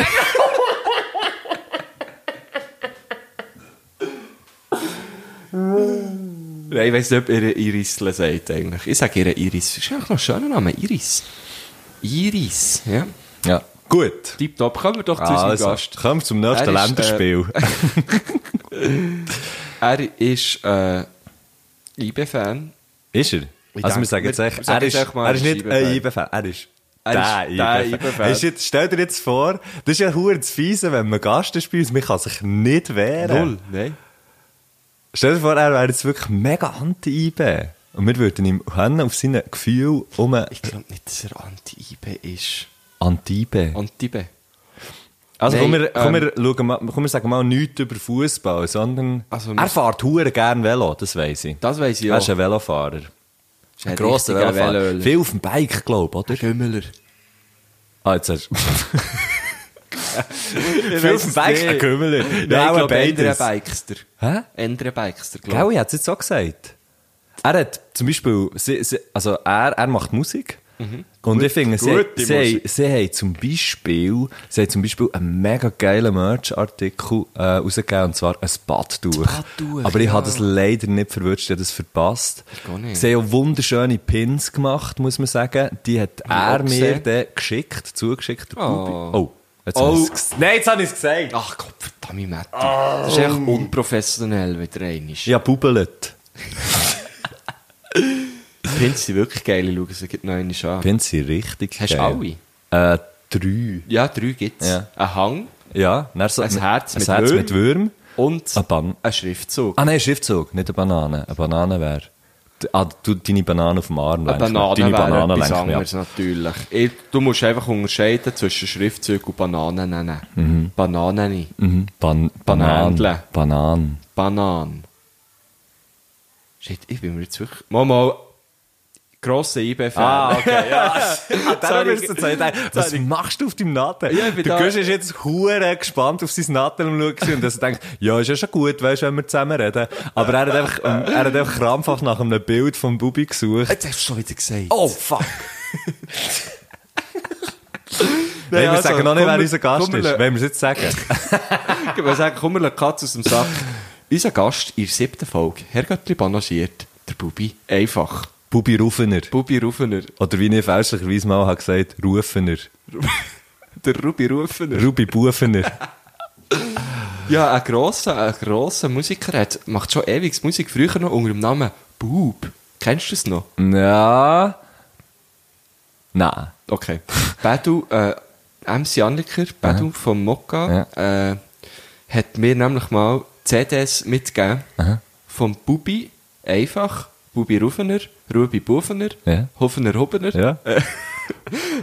Speaker 5: Nein, ich weiss nicht, ob ihr Irisle sagt eigentlich. Ich sage ihr Iris. Ist eigentlich noch ein schöner Name, Iris. Iris, ja.
Speaker 6: Ja. Gut.
Speaker 5: Tipptopp, kommen wir doch zu unserem
Speaker 6: Also,
Speaker 5: Gast.
Speaker 6: kommen wir zum nächsten
Speaker 5: Er ist, äh,
Speaker 6: Länderspiel.
Speaker 5: Er ist äh, IB-Fan.
Speaker 6: Ist er?
Speaker 5: Ich
Speaker 6: also
Speaker 5: denke,
Speaker 6: wir sagen jetzt
Speaker 5: wir-
Speaker 6: echt,
Speaker 5: wir sagen
Speaker 6: er
Speaker 5: jetzt
Speaker 6: ist,
Speaker 5: echt mal,
Speaker 6: er ist
Speaker 5: er
Speaker 6: nicht
Speaker 5: ist IB-Fan.
Speaker 6: ein IB-Fan, er ist
Speaker 5: Er
Speaker 6: der
Speaker 5: ist der IB-Fan.
Speaker 6: IB-Fan. Ist jetzt- Stell dir jetzt vor, das ist ja hure zu fiese, wenn man Gast ist bei uns, man kann sich nicht wehren.
Speaker 5: nein.
Speaker 6: Stell dir vor, er wäre jetzt wirklich mega anti-IB. Und wir würden ihm hören auf seine Gefühle um ein
Speaker 5: Ich glaube nicht, dass er Anti-IB ist.
Speaker 6: anti-IB.
Speaker 5: Anti-IB.
Speaker 6: Also
Speaker 5: Nein,
Speaker 6: komm, wir, komm,
Speaker 5: ähm,
Speaker 6: wir schauen mal, komm, wir sagen mal nichts über Fußball, sondern
Speaker 5: Also, wir-
Speaker 6: er fährt hure gern Velo, das weiß ich.
Speaker 5: Das weiss ich
Speaker 6: Er
Speaker 5: auch.
Speaker 6: ist ein Velofahrer.
Speaker 5: Ist
Speaker 6: Ein grosser
Speaker 5: richtiger
Speaker 6: Velofahrer.
Speaker 5: Velöler.
Speaker 6: Viel auf dem Bike, glaube ich,
Speaker 5: Der
Speaker 6: oder?
Speaker 5: Schümmeler.
Speaker 6: Ah, jetzt hast du... Viel
Speaker 5: weiss
Speaker 6: auf dem
Speaker 5: es
Speaker 6: Bike,
Speaker 5: nicht.
Speaker 6: ein Kümmel.
Speaker 5: Nein,
Speaker 6: Ja,
Speaker 5: ich
Speaker 6: auch
Speaker 5: glaube, andere
Speaker 6: beides.
Speaker 5: Bikester.
Speaker 6: Hä?
Speaker 5: Andere Bikester, glaube
Speaker 6: Gell, ich hätte es jetzt auch gesagt. Er hat zum Beispiel... Sie, sie, also er, er macht Musik. Und ich finde, sie,
Speaker 5: Mhm. gute
Speaker 6: sie,
Speaker 5: Musik.
Speaker 6: haben- sie, haben zum Beispiel, sie haben zum Beispiel einen mega geilen Merch-Artikel äh, rausgegeben, und zwar ein Badtuch.
Speaker 5: Badtuch,
Speaker 6: Aber ich
Speaker 5: ja.
Speaker 6: habe das leider nicht verwünscht, ich habe das verpasst.
Speaker 5: gar nicht.
Speaker 6: Sie haben auch wunderschöne Pins gemacht, muss man sagen. Die hat
Speaker 5: auch
Speaker 6: er mir
Speaker 5: gesehen.
Speaker 6: dann geschickt, zugeschickt. der
Speaker 5: Oh.
Speaker 6: Kubi. oh jetzt
Speaker 5: Oh.
Speaker 6: habe ich es Nein, jetzt habe ich es gesagt.
Speaker 5: Ach Gott, verdammt, Matti. Das ist echt unprofessionell, wenn der eine ist.
Speaker 6: Ja, bubbelt.
Speaker 5: Ich finde sie wirklich geil. Ich schaue sie gerade noch einmal an.
Speaker 6: Finden sie richtig
Speaker 5: Hast du
Speaker 6: geil. alle? Äh, drei.
Speaker 5: Ja, drei gibt's.
Speaker 6: Ja.
Speaker 5: Ein Hang
Speaker 6: Ja, dann so
Speaker 5: Ein Herz mit
Speaker 6: Herz
Speaker 5: Würm.
Speaker 6: mit Würm.
Speaker 5: und
Speaker 6: Ein Ban-
Speaker 5: ein Schriftzug.
Speaker 6: Ah nein, Schriftzug, nicht eine Banane. Eine Banane wäre... D- Ah, du, deine Banane auf dem Arm
Speaker 5: Eine
Speaker 6: lenkt mich ab.
Speaker 5: Banane
Speaker 6: Deine
Speaker 5: wäre
Speaker 6: Banane
Speaker 5: etwas
Speaker 6: lenkt mich ab.
Speaker 5: anderes, natürlich. Ich, du musst einfach unterscheiden zwischen Schriftzug und Bananen nennen. Bananen nicht.
Speaker 6: Mhm. Ban Banan.
Speaker 5: Bananle.
Speaker 6: Banan.
Speaker 5: Banan. Shit, ich bin mir jetzt wirklich... Mal, mal. Grosser IB-Fan.
Speaker 6: okay, ja.
Speaker 5: Ah, Sorry.
Speaker 6: Was machst du auf deinem Nadel?
Speaker 5: Ja, ich bin
Speaker 6: der
Speaker 5: da-
Speaker 6: Gusch ist jetzt hure gespannt auf sein Nadel am Schauen und dass er denkt, ja, ist ja schon gut, weißt, wenn wir zusammen reden. Aber er hat einfach, ähm, er hat einfach krampfhaft nach einem Bild vom Bubi gesucht.
Speaker 5: Jetzt hast du schon wieder gesagt.
Speaker 6: Oh, fuck. Nein,
Speaker 5: Nein,
Speaker 6: wir
Speaker 5: also,
Speaker 6: sagen noch nicht,
Speaker 5: komm,
Speaker 6: wer
Speaker 5: wir-
Speaker 6: unser Gast
Speaker 5: komm, wir
Speaker 6: ist.
Speaker 5: lö-
Speaker 6: Wollen wir es jetzt sagen?
Speaker 5: Ich würde sagen, komm, wir lassen die Katze aus dem Sack. Unser Gast in der siebten Folge, Herr Göttli banagiert, der Bubi, einfach.
Speaker 6: Bubi Rufener.
Speaker 5: Bubi Rufener,
Speaker 6: Oder wie ich fälschlicherweise mal habe gesagt, Rufener.
Speaker 5: der Rubi Rufener.
Speaker 6: Rubi Bufener.
Speaker 5: Ja, ein grosser, ein grosser Musiker hat, macht schon ewig Musik, früher noch unter dem Namen Bub. Kennst du das noch?
Speaker 6: ja. Nein.
Speaker 5: Okay. Bedu, äh, MC Anliker, Bedu vom Mokka, äh, hat mir nämlich mal CDs mitgegeben
Speaker 6: Aha.
Speaker 5: vom Bubi, einfach, Bubi Rufener, Rubi Bufener,
Speaker 6: Ja.
Speaker 5: Hofener Hobener,
Speaker 6: Ja.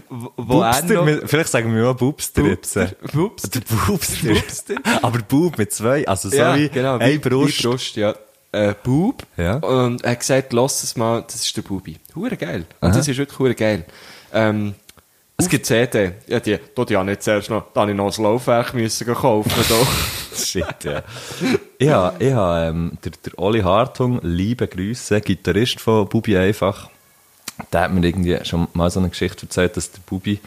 Speaker 5: wo- wo er
Speaker 6: Bubster,
Speaker 5: noch...
Speaker 6: wir- vielleicht sagen wir mal Bubster jetzt.
Speaker 5: Bubster, Bubster.
Speaker 6: Oder Bubster.
Speaker 5: Bubster.
Speaker 6: Aber Bub mit zwei, also so wie
Speaker 5: genau,
Speaker 6: eine
Speaker 5: wie-
Speaker 6: Brust.
Speaker 5: wie Brust, ja. Äh, Bub.
Speaker 6: Ja.
Speaker 5: Und er hat gesagt, lass es mal, das ist der Bubi. Hure geil. Und
Speaker 6: Aha.
Speaker 5: das ist wirklich hure geil. Ähm, es gibt CD. Ja, die, da die habe ich zuerst noch, da habe ich noch ein Laufwerk müssen gehen kaufen, doch.
Speaker 6: Shit, ja. ich habe, ich habe ähm, der, der Oli Hartung, liebe Grüße, Gitarrist von Bubi einfach, der hat mir irgendwie schon mal so eine Geschichte erzählt, dass der Bubi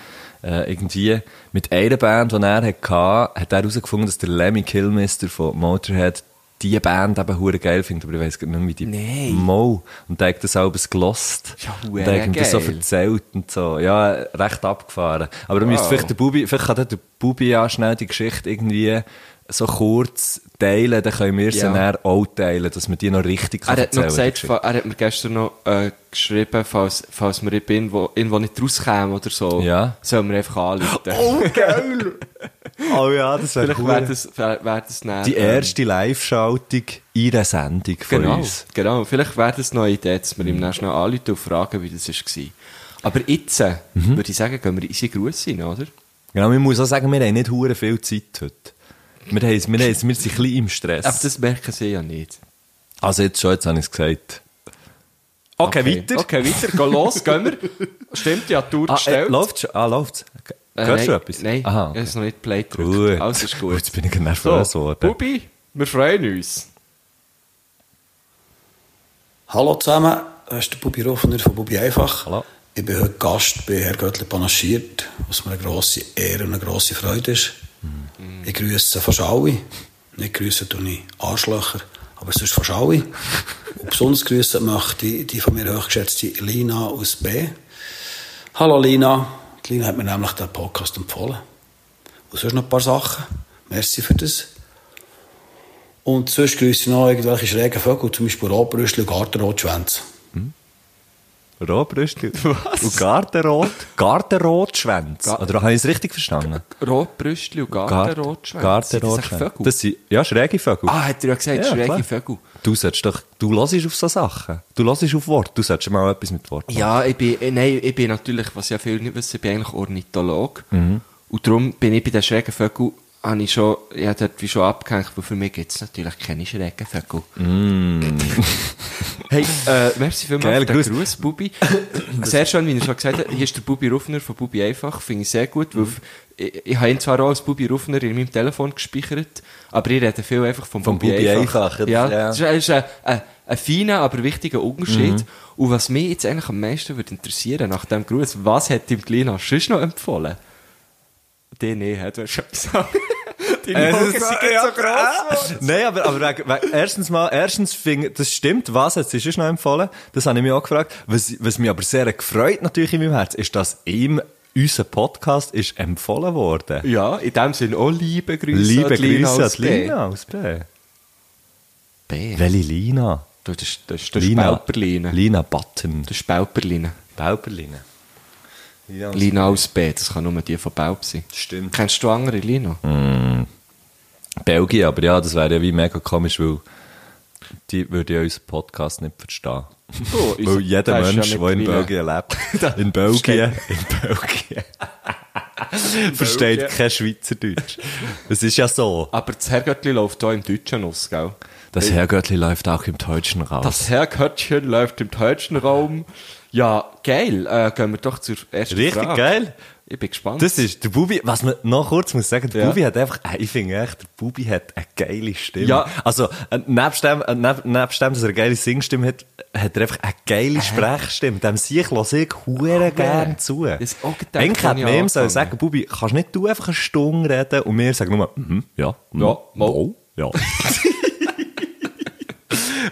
Speaker 6: äh, irgendwie mit einer Band, die er hatte, hat er herausgefunden, dass der Lemmy Kilmister von Motorhead die Band eben hure geil finde, aber ich weiß nicht mehr, wie die
Speaker 5: Nein.
Speaker 6: Mo. Und der hat das selbst gelost.
Speaker 5: Ja,
Speaker 6: und
Speaker 5: hure
Speaker 6: der hat ihm das so
Speaker 5: geil.
Speaker 6: erzählt und so. Ja, recht abgefahren. Aber da müsste
Speaker 5: Wow.
Speaker 6: vielleicht der Bubi, vielleicht kann der Bubi ja schnell die Geschichte irgendwie so kurz teilen, dann können wir sie
Speaker 5: Ja.
Speaker 6: dann auch teilen, dass wir die noch richtig
Speaker 5: Er hat, noch
Speaker 6: erzählen,
Speaker 5: gesagt,
Speaker 6: die
Speaker 5: fa- er hat mir gestern noch äh, geschrieben, falls, falls wir irgendwo, irgendwo nicht rauskämen oder so,
Speaker 6: Ja. Oh,
Speaker 5: sollen wir einfach anrufen.
Speaker 6: Geschichte. Oh ja, das wäre
Speaker 5: Vielleicht wäre
Speaker 6: cool.
Speaker 5: das, wär, wär das dann,
Speaker 6: Die
Speaker 5: ähm,
Speaker 6: erste Live-Schaltung in der Sendung von
Speaker 5: genau,
Speaker 6: uns.
Speaker 5: Genau, vielleicht wäre das noch eine Idee, dass wir ihm dann schnell anrufen und fragen, wie das war. Aber jetzt äh,
Speaker 6: Mhm.
Speaker 5: würde ich sagen, gehen wir in unsere Grüße rein, oder?
Speaker 6: Genau, man muss auch sagen, wir haben nicht hure viel Zeit heute. Wir, haben, wir, haben, wir sind ein bisschen im Stress.
Speaker 5: Aber das merken sie ja nicht.
Speaker 6: also jetzt schon, jetzt habe ich es gesagt. Okay, weiter.
Speaker 5: Okay, weiter. Geh los, gehen wir. Stimmt, ja, die Tour
Speaker 6: Ah, äh,
Speaker 5: gestellt.
Speaker 6: läuft's schon? Ah, läuft's? G-
Speaker 5: Äh,
Speaker 6: Hörst du
Speaker 5: nein,
Speaker 6: etwas?
Speaker 5: Nein, Äh,
Speaker 6: Aha,
Speaker 5: ich habe
Speaker 6: okay.
Speaker 5: es noch nicht Play gedrückt.
Speaker 6: gut.
Speaker 5: Alles ist
Speaker 6: Oh,
Speaker 5: gut.
Speaker 6: Jetzt bin ich nervös geworden.
Speaker 5: Bubi, wir freuen uns.
Speaker 1: Hallo zusammen, das ist der Bubi Rufner von Bubi Einfach.
Speaker 6: Hallo.
Speaker 1: Ich bin heute Gast bei Herr Göttli Panaschiert, was mir eine grosse Ehre und eine grosse Freude ist. Ich grüße fast alle. Nicht grüße tue ich Arschlöcher, aber sonst fast alle. Und besonders grüßen möchte ich die von mir hochgeschätzte Lina aus B. Hallo Lina. Die Lina hat mir nämlich den Podcast empfohlen. Und sonst noch ein paar Sachen. Merci für das. Und sonst grüße ich noch irgendwelche schrägen Vögel, zum Beispiel Rotbrüssel und Gartenrotschwänze.
Speaker 6: Rohrbrüstel. Was? Und Gartenrot. Gartenrotschwänz.
Speaker 5: Ga-
Speaker 6: Oder habe ich es richtig verstanden?
Speaker 5: Rotbrüstli und Gartenrotschwänz.
Speaker 6: Gartenrotschwänz. Das sind, ja, schräge Vögel.
Speaker 5: Ah, hat er ja gesagt, schräge
Speaker 6: klar.
Speaker 5: Vögel.
Speaker 6: Du solltest doch, du hörst auf so Sachen. Du hörst auf Wort. Du solltest mal etwas mit Wort
Speaker 5: Ja, ich bin, äh, nein, ich bin natürlich, was ja viele nicht wissen, ich bin eigentlich Ornithologe.
Speaker 6: Mhm.
Speaker 5: Und darum bin ich bei den schrägen Vögeln, habe ich schon, ich habe dort wie schon abgehängt, weil für mich gibt es natürlich keine schrägen Vögel. hey, äh, merci vielmals
Speaker 6: Mm. Geil,
Speaker 5: für den
Speaker 6: Gruß.
Speaker 5: Gruß, Bubi. sehr schön, wie er schon gesagt hat, hier ist der Bubi Rufner von Bubi Einfach, finde ich sehr gut,
Speaker 6: Mhm.
Speaker 5: weil ich, ich habe ihn zwar auch als Bubi Rufner in meinem Telefon gespeichert, aber ich rede viel einfach vom
Speaker 6: Vom
Speaker 5: Bubi,
Speaker 6: Bubi
Speaker 5: Einfach.
Speaker 6: Einfach, das-
Speaker 5: Ja,
Speaker 6: ja. Mhm.
Speaker 5: das ist, das ist ein, ein, ein feiner, aber wichtiger Unterschied. Und was mich jetzt eigentlich am meisten würde interessieren nach dem Gruß, was hat ihm die Lina sonst noch empfohlen? Den nicht, hat er schon gesagt.
Speaker 6: Äh,
Speaker 5: Deine Augen sind jetzt so gross.
Speaker 6: Nein, aber, aber wegen, wegen, erstens mal, erstens finde das stimmt, was hat sie sonst noch empfohlen? Das habe ich mich auch gefragt. Was, was mich aber sehr gefreut natürlich in meinem Herz, ist, dass ihm unser Podcast ist empfohlen worden.
Speaker 5: Ja, in dem Sinne auch liebe Grüße
Speaker 6: Liebe
Speaker 5: an die Lina
Speaker 6: Grüße an
Speaker 5: aus
Speaker 6: die Lina aus B.
Speaker 5: B. B.
Speaker 6: Welche Lina?
Speaker 5: Du, das ist, das ist, das ist Belperline.
Speaker 6: Lina Button.
Speaker 5: Das ist Belperline.
Speaker 6: Pauperline. Lina.
Speaker 5: Lina aus B, das kann nur die von Baub sein.
Speaker 6: Stimmt.
Speaker 5: Kennst du andere Lina?
Speaker 6: Mhm. Belgien, aber ja, das wäre ja wie mega komisch, weil die würde ja unseren Podcast nicht verstehen.
Speaker 5: Oh, unser-
Speaker 6: Weil jeder
Speaker 5: der ist ja
Speaker 6: Mensch, der in
Speaker 5: mittlerweile-
Speaker 6: Belgien lebt, in Belgien, in Belgien, versteht kein Schweizerdeutsch. Es ist ja so.
Speaker 5: Aber das Herrgöttli läuft auch im Deutschen aus, gell?
Speaker 6: Das Herrgöttli läuft auch im Deutschen raus.
Speaker 5: Das Herrgöttchen läuft im deutschen Raum. Ja, geil. Äh, gehen wir doch zur ersten
Speaker 6: Richtig
Speaker 5: Frage.
Speaker 6: geil.
Speaker 5: Ich bin gespannt.
Speaker 6: Das ist, der Bubi, was man noch kurz muss sagen, der
Speaker 5: Ja.
Speaker 6: Bubi hat einfach, äh, ich finde echt, der Bubi hat eine geile Stimme.
Speaker 5: Ja.
Speaker 6: Also, äh, nebst dem, äh, neb, nebst dem, dass er eine geile Singstimme hat, hat er einfach eine
Speaker 5: Äh.
Speaker 6: geile Sprechstimme. Dem sehe ich, lasse ich hure gern zu.
Speaker 5: Ah, Das auch gedacht,
Speaker 6: Eigentlich
Speaker 5: wenn
Speaker 6: hätte
Speaker 5: ich
Speaker 6: man ihm sollen
Speaker 5: angefangen.
Speaker 6: sagen, Bubi, kannst nicht du einfach eine Stunde reden und wir sagen nur, mhm, ja, mhm,
Speaker 5: Ja, mal.
Speaker 6: mal, ja.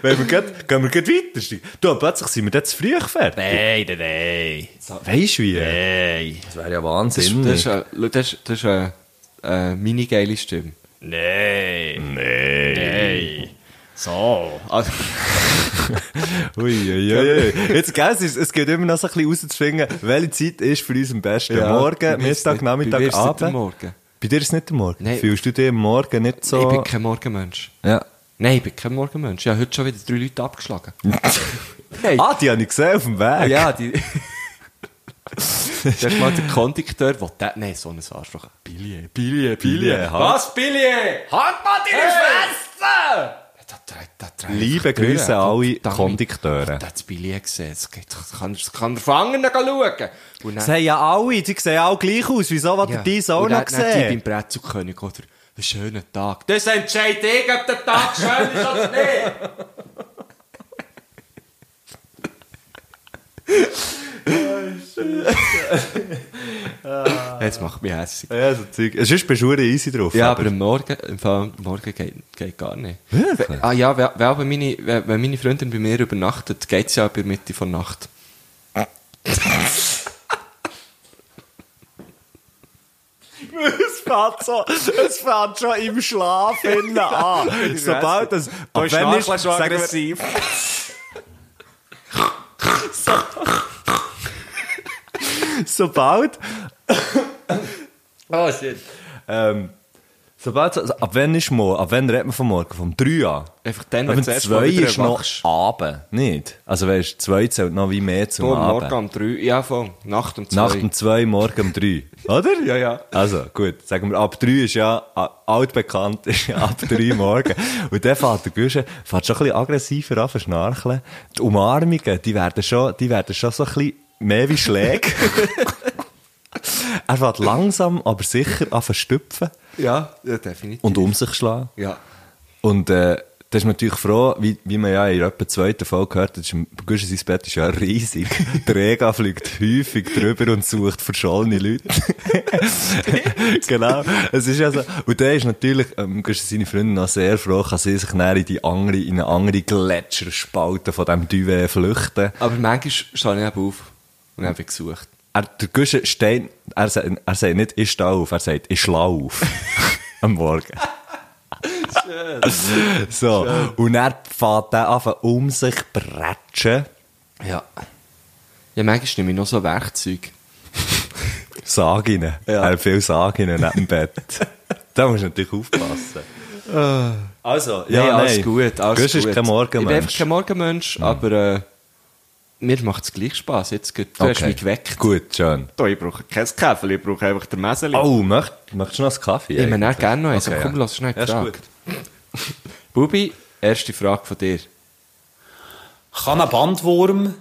Speaker 6: Wenn wir grad, gehen wir grad weiter. Stig. Du, plötzlich sind wir dann zu früh fertig. Nein, nein, nein. Weißt du wie? Nein. Das wäre ja
Speaker 5: das
Speaker 6: Wahnsinn.
Speaker 5: ist, das ist, äh, schau, das ist, das ist äh, äh, meine geile Stimme.
Speaker 6: Nein. Nein.
Speaker 5: So. Also,
Speaker 6: Uiuiui. Jetzt, gell, es, ist- es geht immer noch so ein bisschen rauszufinden, welche Zeit ist für uns am besten.
Speaker 5: Ja, bei
Speaker 6: Morgen,
Speaker 5: mir ist
Speaker 6: Mittag,
Speaker 5: nicht- bei mir
Speaker 6: Nachmittag,
Speaker 5: ist nicht
Speaker 6: Abend.
Speaker 5: der Morgen.
Speaker 6: Bei dir ist es nicht der Morgen.
Speaker 5: Nein.
Speaker 6: Fühlst du dich am Morgen nicht so...
Speaker 5: Ich bin kein Morgenmensch.
Speaker 6: ja.
Speaker 5: Nein, ich bin kein Morgenmensch. Ich habe heute schon wieder drei Leute abgeschlagen. Nein.
Speaker 6: Ah, die habe ich gesehen auf dem Weg.
Speaker 5: Ja, die. Das ist mal der Kondukteur, der der. Nein, so ein Arschloch. Billie, Billie,
Speaker 6: Billie, halt.
Speaker 5: Was, Billie? Halt mal deine Schwester! Da dreht- da dreht
Speaker 6: Liebe
Speaker 5: sich die Tür.
Speaker 6: Grüße an alle
Speaker 5: Verdammt.
Speaker 6: Kondukteure.
Speaker 5: Der hat das Billie gesehen. Das, geht, das kann, das kann der Fangerne schauen. Und
Speaker 6: Das haben ja alle, die sehen alle gleich aus. Wieso hat er dies auch
Speaker 5: und
Speaker 6: noch
Speaker 5: Dann hat die
Speaker 6: gesehen?
Speaker 5: beim Brezelkönig oder einen schönen Tag. Das entscheidet ich, ob der Tag schön ist oder nicht. Jetzt macht mich hässlich.
Speaker 6: Ja, so Zeug. Es ist beschuren easy drauf.
Speaker 5: Ja, aber am Morgen, im Fall, am Morgen geht, geht gar nicht. Wirklich? Ah ja, weil, weil wenn meine, wenn wenn meine Freundin bei mir übernachtet, geht es ja bei Mitte von Nacht.
Speaker 6: es fängt so, es fängt schon im Schlaf innen an. Sobald das,
Speaker 5: Aber
Speaker 6: ab wann ist- sagen wir-
Speaker 5: aggressiv.
Speaker 6: sobald,
Speaker 5: Oh shit.
Speaker 6: ähm, sobald, so- ab wann ist morgen, ab wann redet man von morgen? Vom 3 an?
Speaker 5: Einfach dann,
Speaker 6: Aber
Speaker 5: wenn
Speaker 6: wenn
Speaker 5: du zuerst mal
Speaker 6: zwei
Speaker 5: wieder
Speaker 6: ist noch
Speaker 5: erwachst.
Speaker 6: Abend, nicht? Also weißt, zwei zählt noch wie mehr zum
Speaker 5: Du, am
Speaker 6: Abend.
Speaker 5: Morgen um drei, ja voll, Nacht um zwei.
Speaker 6: Nacht um zwei, morgen um drei. Oder?
Speaker 5: Ja, ja.
Speaker 6: Also, gut. Sagen wir, ab drei ist ja, a- altbekannt ist ja ab drei morgen. Und dann fährt der Guschen, fährt schon ein bisschen aggressiver an, zu schnarchen. Die Umarmungen, die werden schon, die werden schon so ein bisschen mehr wie Schläge. er fährt langsam, aber sicher an zu stüpfen
Speaker 5: Ja, ja, definitiv.
Speaker 6: und um sich schlagen.
Speaker 5: Ja.
Speaker 6: Und äh, da ist man natürlich froh, wie, wie man ja in etwa zweiten Folge gehört hat, ist im- Guschen sein Bett ist ja riesig. Der Rega fliegt häufig drüber und sucht verschollene Leute. genau. Es ist ja so. Und der ist natürlich, ähm, Guschen seine Freundin noch sehr froh, kann sie sich näher in die andere, in eine andere Gletscherspalte von diesem Duvet flüchten.
Speaker 5: Aber manchmal stehe ich eben auf und habe gesucht.
Speaker 6: Er, der Guschen steht, er, sagt- er sagt nicht, ich stehe auf, er sagt, ich schlafe auf. Am Morgen. So. Und er fährt dann an, um sich zu bretschen.
Speaker 5: Ja. Ja, manchmal nehme ich noch so Werkzeug.
Speaker 6: Sagen.
Speaker 5: Ja.
Speaker 6: Er hat viel Sagen neben dem Bett. da musst du natürlich aufpassen. Also, ja,
Speaker 5: nein, Ah. alles
Speaker 6: nein.
Speaker 5: gut, alles
Speaker 6: Guschen
Speaker 5: gut.
Speaker 6: ist kein
Speaker 5: Ich bin einfach
Speaker 6: Morgenmensch. Mhm.
Speaker 5: kein Morgenmensch, aber äh, mir macht es gleich Spass. Jetzt geht, du hast mich geweckt.
Speaker 6: Gut, schön.
Speaker 5: Da, ich brauche kein Käfeli, ich brauche einfach den Meseli.
Speaker 6: Oh, möcht, möchtest du noch einen Kaffee?
Speaker 5: ich meine,
Speaker 6: eigentlich?
Speaker 5: auch gerne noch eins,
Speaker 6: Okay,
Speaker 5: aber komm,
Speaker 6: ja.
Speaker 5: lass schnell
Speaker 6: Ja, ist
Speaker 5: gefragt.
Speaker 6: gut.
Speaker 5: Bubi, erste Frage von dir.
Speaker 1: Kann ein Bandwurm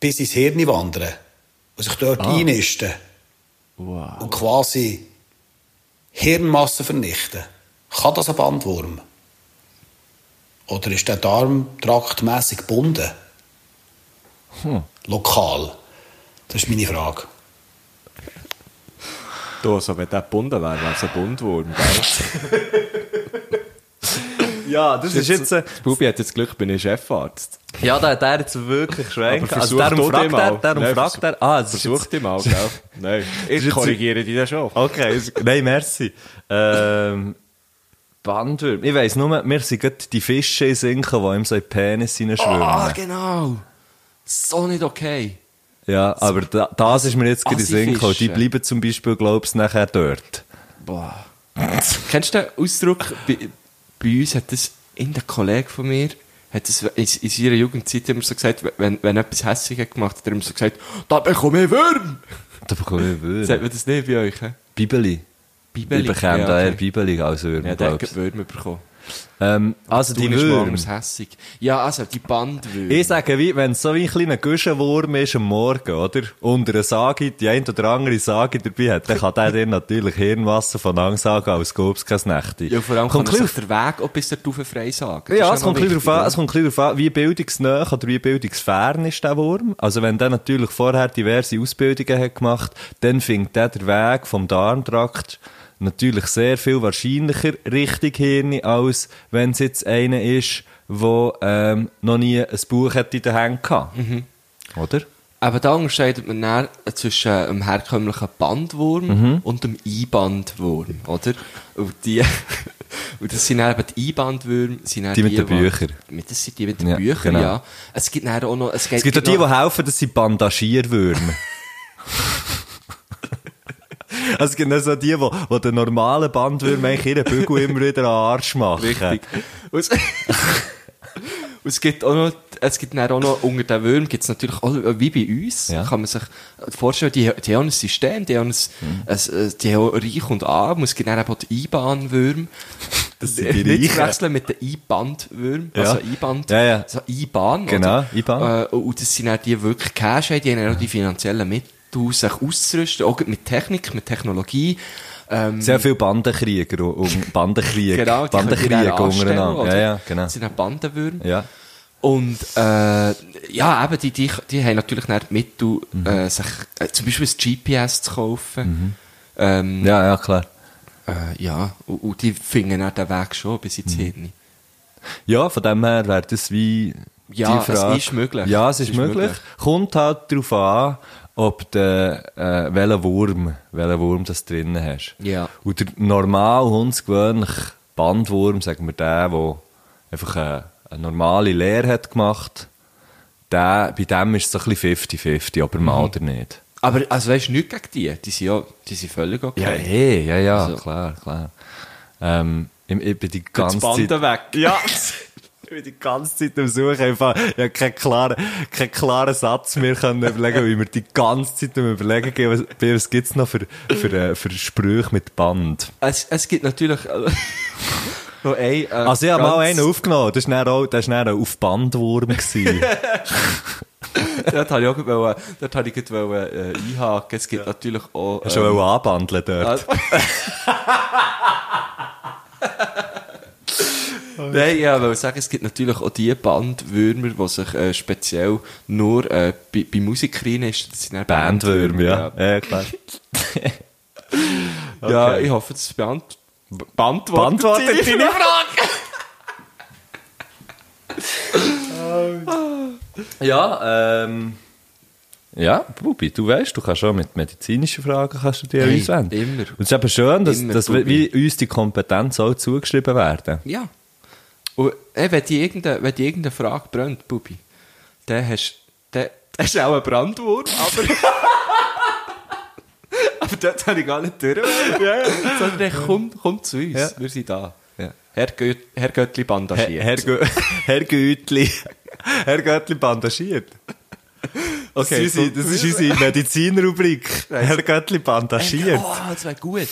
Speaker 1: bis ins Hirn wandern und sich dort einnisten und quasi Hirnmasse vernichten? Kann das ein Bandwurm? Oder ist der Darm traktmässig gebunden? Lokal. Das ist meine Frage.
Speaker 5: Du, so, wenn der gebunden wäre, wäre es ein Bundwurm, gell?
Speaker 6: Ja, das ist jetzt... äh,
Speaker 5: Bubi hat jetzt Glück, bin ich Chefarzt.
Speaker 6: Ja, da hat er jetzt wirklich schwenkt.
Speaker 5: Aber
Speaker 6: Also
Speaker 5: versuch
Speaker 6: darum
Speaker 5: du
Speaker 6: fragt
Speaker 5: den mal.
Speaker 6: er, darum
Speaker 5: Nein,
Speaker 6: fragt er. Ah, das ist
Speaker 5: Versuch
Speaker 6: jetzt,
Speaker 5: dich mal, gell? Nein, ich
Speaker 6: jetzt-
Speaker 5: korrigiere dich dann schon.
Speaker 6: Okay, ist- nein, merci. Ähm, Bandwürm. Ich weiss nur, mir sind gerade die Fische in den Sinn gekommen, die ihm so in den Penis hineinschwimmen.
Speaker 5: Ah, genau. So nicht okay.
Speaker 6: ja, aber da, das ist mir jetzt gerade in den Sinn gekommen. Die
Speaker 5: Assi-Fische.
Speaker 6: bleiben zum Beispiel, glaubst du, nachher dort.
Speaker 5: Boah. Kennst du den Ausdruck? Bei, bei uns hat das in der Kollege von mir hat das in, in ihrer Jugendzeit immer so gesagt, wenn, wenn etwas hässlich hat gemacht hat, hat er immer so gesagt, da bekomme ich Würm!
Speaker 6: Da bekomme ich
Speaker 5: Sagt
Speaker 6: Würm.
Speaker 5: man das nicht bei euch? He?
Speaker 6: Bibeli.
Speaker 5: Bibeli?
Speaker 6: Ich bekäme
Speaker 5: Ja,
Speaker 6: da eher
Speaker 5: okay.
Speaker 6: Bibeli als Würm,
Speaker 5: Ja, der
Speaker 6: glaubst
Speaker 5: hat Würmer bekommen.
Speaker 6: Ähm, also
Speaker 5: Du
Speaker 6: die
Speaker 5: bist
Speaker 6: Würm.
Speaker 5: morgens hässig. Ja, also die Bandwürmer.
Speaker 6: Ich sage, wie, wenn es so wie ein kleiner Guschenwurm ist am Morgen, oder? Unter einer Sage, die ein oder andere Sage dabei hat, dann kann der dir natürlich Hirnwasser von Angst sagen, als gäbe es keine Nächte.
Speaker 5: Ja, vor allem
Speaker 6: kommt
Speaker 5: kann
Speaker 6: ein
Speaker 5: man
Speaker 6: bisschen
Speaker 5: sich der Weg auch bis der Taufe frei sagen.
Speaker 6: ja,
Speaker 5: Das
Speaker 6: es kommt, ein
Speaker 5: ist auch noch
Speaker 6: bisschen
Speaker 5: wichtig,
Speaker 6: drauf an, es kommt ein bisschen darauf an, wie bildungsnah oder wie bildungsfern ist der Wurm. Also wenn der natürlich vorher diverse Ausbildungen hat gemacht, dann findet der der Weg vom Darmtrakt natürlich sehr viel wahrscheinlicher Richtung Hirn, als wenn es jetzt einer ist, der ähm, noch nie ein Buch hat in den Händen gehabt.
Speaker 5: Mhm.
Speaker 6: Oder?
Speaker 5: Aber da unterscheidet man dann zwischen dem herkömmlichen Bandwurm
Speaker 6: Mhm.
Speaker 5: und dem Einbandwurm, oder? Und die, und das sind dann eben die Einbandwürme, sind dann
Speaker 6: Die mit den Büchern.
Speaker 5: Mit, das sind die mit den
Speaker 6: Ja,
Speaker 5: Büchern,
Speaker 6: genau.
Speaker 5: ja. Es gibt dann auch noch, es, genau
Speaker 6: Es gibt auch die, die helfen, dass sie Bandagierwürmer. Also es gibt auch so die, die, die den normalen Bandwürmer eigentlich ihren Bügel immer wieder an den Arsch machen.
Speaker 5: Richtig. Und es, und es gibt auch noch, es gibt dann auch noch, unter den Würmern gibt es natürlich auch, wie bei uns,
Speaker 6: Ja.
Speaker 5: kann man sich vorstellen, die, die haben ein System, die haben, ein,
Speaker 6: Mhm.
Speaker 5: ein, ein, die haben reich und arm, und es gibt dann eben auch die Einbahnwürmer.
Speaker 6: Das sind die Reichen.
Speaker 5: Nicht zu wechseln mit den Einbandwürmern,
Speaker 6: Ja.
Speaker 5: also Einband,
Speaker 6: Ja, ja.
Speaker 5: so Einbahn.
Speaker 6: Genau,
Speaker 5: oder?
Speaker 6: Einbahn.
Speaker 5: Äh, und das sind auch die, die wirklich Cash haben, die haben auch die finanziellen Mittel, sich auszurüsten, auch mit Technik, mit Technologie. Ähm,
Speaker 6: Sehr viele Bandenkrieger und Bandenkrieg.
Speaker 5: Genau, die können die
Speaker 6: Bandenkrieg
Speaker 5: dann anstellen,
Speaker 6: untereinander.
Speaker 5: oder?
Speaker 6: Ja, ja, genau.
Speaker 5: Das sind auch Bandenwürmer.
Speaker 6: Ja.
Speaker 5: Und äh, ja, eben, die, die, die haben natürlich nicht die Mittel,
Speaker 6: Mhm.
Speaker 5: äh, sich äh, zum Beispiel ein GPS zu kaufen. Ähm,
Speaker 6: Ja, ja, klar.
Speaker 5: Äh, ja, und, und die finden auch den Weg schon bis ins
Speaker 6: Mhm.
Speaker 5: Hirn.
Speaker 6: Ja, von dem her wäre das wie
Speaker 5: Ja,
Speaker 6: die Frage.
Speaker 5: es ist möglich.
Speaker 6: Ja, es
Speaker 5: Es
Speaker 6: ist,
Speaker 5: ist
Speaker 6: möglich.
Speaker 5: möglich.
Speaker 6: Kommt halt darauf an, ob der, äh, welchen Wurm, welchen Wurm das drinnen hast.
Speaker 5: Ja.
Speaker 6: Und der normal, hundsgewöhnliche Bandwurm, sagen wir der, der einfach eine, eine normale Lehre hat gemacht, der, bei dem ist es so ein bisschen 50-50,
Speaker 5: Mhm.
Speaker 6: ob er mal oder nicht.
Speaker 5: Aber also weißt du nichts gegen die? Die sind ja die sind völlig okay.
Speaker 6: Ja, eh, ja, ja,
Speaker 5: Also-
Speaker 6: klar, klar. Ähm, ich, ich bin die
Speaker 5: Geht das
Speaker 6: ganze
Speaker 5: Band
Speaker 6: Zeit...
Speaker 5: weg.
Speaker 6: Ja, ich bin die ganze Zeit am Suchen. Einfach, ich habe keinen klaren, keinen klaren Satz mehr können überlegen, weil wir die ganze Zeit am Überlegen gehen, was, bin, was gibt's noch für, für, äh, für Sprüche mit Band.
Speaker 5: Es, es gibt natürlich äh, noch ein. Äh,
Speaker 6: Also ich habe mal
Speaker 5: ganz-
Speaker 6: einen aufgenommen, das war dann auch, das war dann auch auf Bandwurm. gewesen.
Speaker 5: Dort habe ich auch gerade wollen- dort habe ich gerade wollen, äh, einhaken. Es gibt natürlich auch.
Speaker 6: Hast du
Speaker 5: ähm,
Speaker 6: auch anbandeln
Speaker 5: Also,
Speaker 6: dort?
Speaker 5: Nein, ja, weil ich sagen, es gibt natürlich auch die Bandwürmer, die sich äh, speziell nur äh, bei, bei Musikerinnen ist. Das sind dann
Speaker 6: Bandwurm, ja. ja. klar.
Speaker 5: Ja, ja
Speaker 6: Okay.
Speaker 5: ich hoffe, das beant beantwortet,
Speaker 6: Beantwortet
Speaker 5: deine Frage.
Speaker 6: Ja, ähm... Ja, Bubi, du weißt, du kannst auch mit medizinischen Fragen kannst du dir
Speaker 5: Hey,
Speaker 6: auswenden.
Speaker 5: immer.
Speaker 6: Und es ist eben schön, dass,
Speaker 5: Immer,
Speaker 6: dass wir, wie
Speaker 5: Bubi.
Speaker 6: uns die Kompetenz auch zugeschrieben werden.
Speaker 5: Ja. Und ey, wenn Oh, die irgendeine, wenn die irgendeine Frage brennt, Bubi, dann hast dann, dann hast du auch einen Brandwurm, aber... aber dort habe ich gar nicht durch. Sondern dann komm, komm zu uns,
Speaker 6: Ja.
Speaker 5: wir sind da.
Speaker 6: Ja.
Speaker 5: Herr, Göt, Herr Göttli bandagiert.
Speaker 6: Herr, Gö Herr Götli. Herr Götli bandagiert.
Speaker 5: Okay,
Speaker 6: das, ist unsere,
Speaker 5: so-
Speaker 6: das ist unsere Medizinrubrik. Herr Götli bandagiert.
Speaker 5: oh, das wäre gut.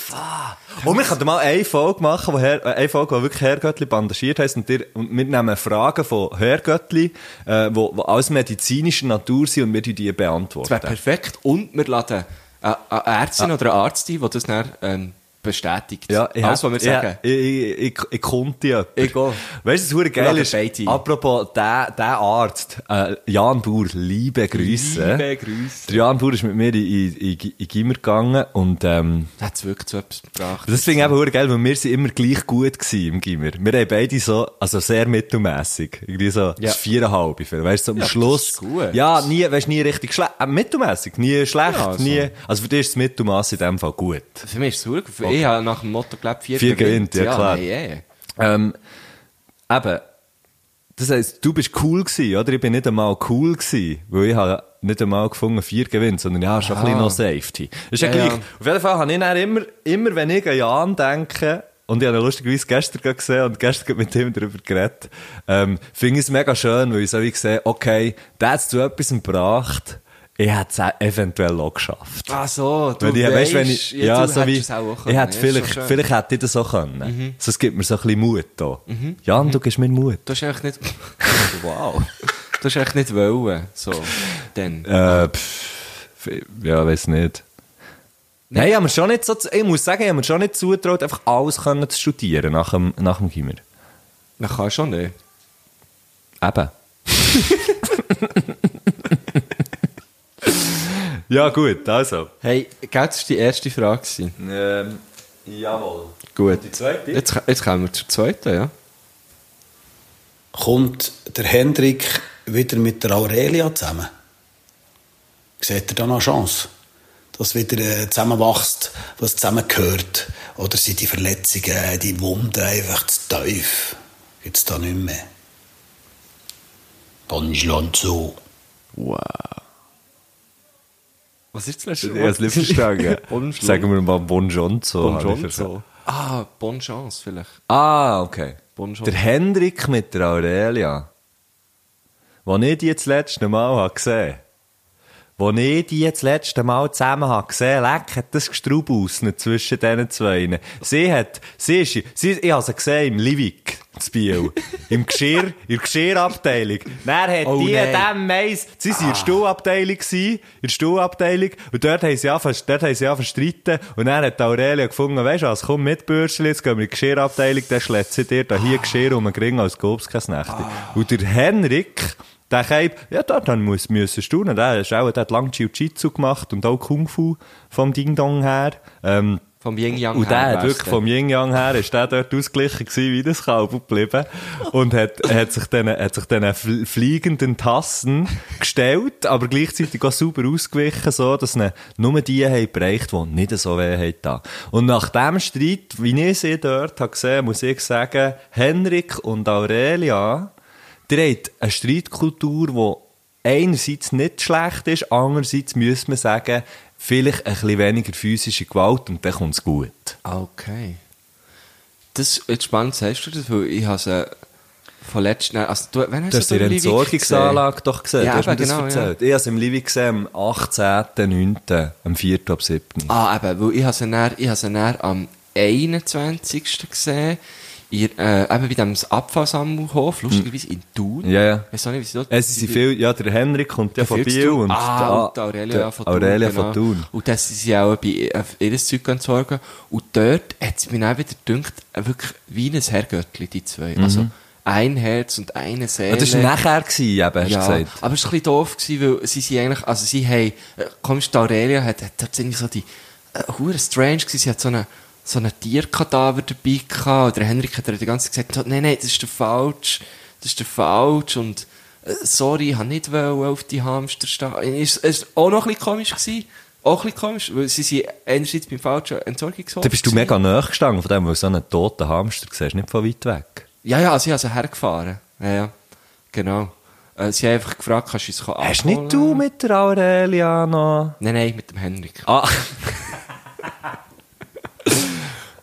Speaker 6: Und wir können mal eine Folge machen, wo Herr, äh, eine Folge, wo wirklich Herr Göttli bandagiert heisst. Und, ihr, und wir nehmen Fragen von Herr Göttli, äh, wo, wo aus medizinischer Natur sind und wir die die
Speaker 5: Das wäre
Speaker 6: beantworten.
Speaker 5: perfekt. Und wir laden eine, eine Ärztin oder einen Arzt ein, der das dann ähm, bestätigt.
Speaker 6: ich
Speaker 5: Alles,
Speaker 6: hab-
Speaker 5: was wir
Speaker 6: ich-
Speaker 5: sagen.
Speaker 6: Ich, ich, ich, ich konnte ja.
Speaker 5: Ich auch.
Speaker 6: Weißt du, was hure geil
Speaker 5: Laden
Speaker 6: ist?
Speaker 5: beide ein.
Speaker 6: Apropos, der, der Arzt, äh, Jan Bauer, liebe Grüße.
Speaker 5: Liebe Grüße.
Speaker 6: Der Jan Bauer ist mit mir in, in, in, in Gimmer gegangen und ähm,
Speaker 5: Hat es wirklich zu etwas gebracht.
Speaker 6: das finde ich eben hure geil, weil wir sind immer gleich gut gewesen im Gimmer. Wir haben beide so, also sehr mittelmässig. Irgendwie so,
Speaker 5: Ja.
Speaker 6: das viereinhalb. vielleicht. Weißt du, so am
Speaker 5: Ja, das
Speaker 6: Schluss.
Speaker 5: ist gut.
Speaker 6: Ja, nie, weißt du, nie richtig schlecht. Äh, mittelmässig, nie schlecht,
Speaker 5: Ja, also.
Speaker 6: nie. Also für dich ist das Mittelmass in dem Fall gut.
Speaker 5: Für mich ist es super. Ich habe nach dem Motto gelebt, vier,
Speaker 6: Vier gewinnt, ja, klar.
Speaker 5: nein, eh.
Speaker 6: Ähm, eben, das heisst, du bist cool gewesen, oder? Ich bin nicht einmal cool gewesen, weil ich habe nicht einmal gefunden, vier gewinnt, sondern ja, schon ein
Speaker 5: Ah.
Speaker 6: bisschen noch Safety. Ist ja,
Speaker 5: Ja,
Speaker 6: gleich.
Speaker 5: ja.
Speaker 6: Auf jeden Fall habe ich dann immer, immer wenn ich an Jan denke, und ich habe ihn lustigerweise gestern gerade gesehen und gestern gerade mit ihm darüber geredet, ähm, finde ich es mega schön, weil ich so wie sehe, okay, der hat es zu etwas gebracht, ich hätte es auch eventuell auch geschafft.
Speaker 5: Ach Ah, so, du
Speaker 6: Wenn ich, weißt, wenn ich,
Speaker 5: ja,
Speaker 6: ja,
Speaker 5: du
Speaker 6: so wie,
Speaker 5: hättest es auch
Speaker 6: ich
Speaker 5: können.
Speaker 6: hätte
Speaker 5: Ja,
Speaker 6: vielleicht,
Speaker 5: ist schon schön. Mhm.
Speaker 6: vielleicht hätte ich das auch können. So, es gibt mir so ein bisschen Mut da. Jan, du gibst mir Mut.
Speaker 5: Du hast eigentlich nicht... wow. Du hast eigentlich nicht wollen, so, dann.
Speaker 6: Äh, pff, ja, weiß nicht. Nein, ich, habe mir schon nicht so, zu- ich muss sagen, ich habe mir schon nicht zutraut, einfach alles können zu studieren nach dem, nach dem Gimmer.
Speaker 5: Man kann schon nicht.
Speaker 6: Eben. ja, gut, also.
Speaker 5: Hey, gell, das war die erste Frage. gewesen.
Speaker 6: Ähm, jawohl.
Speaker 5: Gut.
Speaker 6: Die zweite?
Speaker 5: Jetzt, jetzt kommen wir zur zweiten, ja.
Speaker 1: Kommt der Hendrik wieder mit der Aurelia zusammen? Seht ihr da noch eine Chance? Dass wieder äh, zusammenwächst, was zusammengehört? Oder sind die Verletzungen, äh, die Wunden einfach zu tief? Gibt es da nicht mehr? Dann ist Lanzo.
Speaker 5: Was ist das letzte
Speaker 6: Ich habe es nicht verstanden. Sagen wir mal Bonjonzo. habe ich verstanden.
Speaker 5: Bonchance. Ah, Bonchance vielleicht.
Speaker 6: Ah, okay.
Speaker 5: Bonjour.
Speaker 6: Der Hendrik mit der Aurelia. Wo ich die das letzte Mal habe gesehen Wo ich die das letzte Mal zusammen habe gesehen leck, hat das Gestrub aussen zwischen diesen zwei. Sie hat, sie ist, sie, ich habe sie gesehen im Livik. zu Biel. Im Geschirr, in der Geschirrabteilung. Dann hat
Speaker 5: Oh
Speaker 6: die
Speaker 5: nein.
Speaker 6: dem Mais, sie
Speaker 5: Ah.
Speaker 6: waren in der Stuhlabteilung, gewesen, in der Stuhlabteilung, und dort haben sie anfangen, dort haben sie anfangen zu streiten, und dann hat Aurelia gefunden, weisst du was, komm mit, Bürschli, jetzt gehen wir in die Geschirrabteilung, dann schlägt sie dir da
Speaker 5: Ah.
Speaker 6: hier Geschirr um den Gring, als gäbe es keine Nächte. Und der Henrik, der Keib, ja, da dann muss, müssen staunen, der ist auch, der hat lang Jiu-Jitsu gemacht und auch Kung-Fu vom Ding-Dong her, ähm,
Speaker 5: Vom Yin-Yang
Speaker 6: und der
Speaker 5: her
Speaker 6: hat
Speaker 5: wär's
Speaker 6: wirklich
Speaker 5: dann.
Speaker 6: vom Yin-Yang her, ist der dort ausgeglichen gewesen, wie das Kalb geblieben. Und hat, hat sich dann, hat sich dann fl- fliegenden Tassen gestellt, aber gleichzeitig auch sauber ausgewichen, so, dass ihn nur die haben bereicht, die nicht so weh haben da. Und nach dem Streit, wie ich sie dort habe gesehen, muss ich sagen, Henrik und Aurelia, die haben eine Streitkultur, die einerseits nicht schlecht ist, andererseits müsste man sagen, vielleicht ein bisschen weniger physische Gewalt und dann kommt es gut.
Speaker 5: Ah, Okay. Das, jetzt spannend sagst du das, weil ich habe sie von letzten... Also, du, wann hast
Speaker 6: Du hast
Speaker 5: sie
Speaker 6: die
Speaker 5: im Livik
Speaker 6: Entsorgungsanlage doch gesehen,
Speaker 5: Ja,
Speaker 6: du hast mir
Speaker 5: eben,
Speaker 6: das
Speaker 5: genau,
Speaker 6: erzählt. Ich habe es im Living gesehen am 18.09., am 4. ab 7.
Speaker 5: Ah, eben, weil ich habe sie dann, ich habe sie dann am 21. gesehen, ihr, äh, eben bei diesem Abfallsammelhof, lustigerweise in Thun.
Speaker 6: Mhm. Ja, ja.
Speaker 5: Ich weiß auch nicht, wie sie dort...
Speaker 6: Es sind viel, ja, der Henrik kommt ja von Biel und
Speaker 5: ah, und
Speaker 6: der-
Speaker 5: die
Speaker 6: der
Speaker 5: Aurelia von Thun.
Speaker 6: Aurelia
Speaker 5: genau.
Speaker 6: von Thun.
Speaker 5: Und dass sie sich auch bei auf ihr Zeug entsorgen. Und dort hat es mich dann wieder gedacht, äh, wirklich wie ein Herrgöttli, die zwei.
Speaker 6: Mhm.
Speaker 5: Also ein Herz und eine Seele.
Speaker 6: Ah, Das war nachher, gewesen, eben, hast du
Speaker 5: ja,
Speaker 6: gesagt.
Speaker 5: aber es war ein bisschen doof, gewesen, weil sie sind eigentlich, also sie haben, äh, komisch, die Aurelia hat, hat, hat irgendwie so die, äh, hure strange gewesen, sie hat so einen, so einen Tierkadaver dabei gehabt, oder Henrik hat ihr die ganze Zeit gesagt, nein, nein, das ist der Falsch, das ist der Falsch, und, äh, sorry, ich habe nicht wollen auf die Hamster stehen. Es es war auch noch ein bisschen komisch gewesen, auch ein bisschen komisch, weil sie sind einerseits beim falschen Entsorgungsort.
Speaker 6: Da bist du
Speaker 5: gewesen.
Speaker 6: mega nahe gestanden von dem, weil du so einen toten Hamster siehst, nicht von weit weg.
Speaker 5: Ja, ja, also ich habe sie hergefahren. Ja, ja, genau. Äh, sie haben einfach gefragt, kannst du uns abholen?
Speaker 6: Hast nicht du mit der Aurelia noch...
Speaker 5: Nein, nein, mit dem Henrik.
Speaker 6: Ah,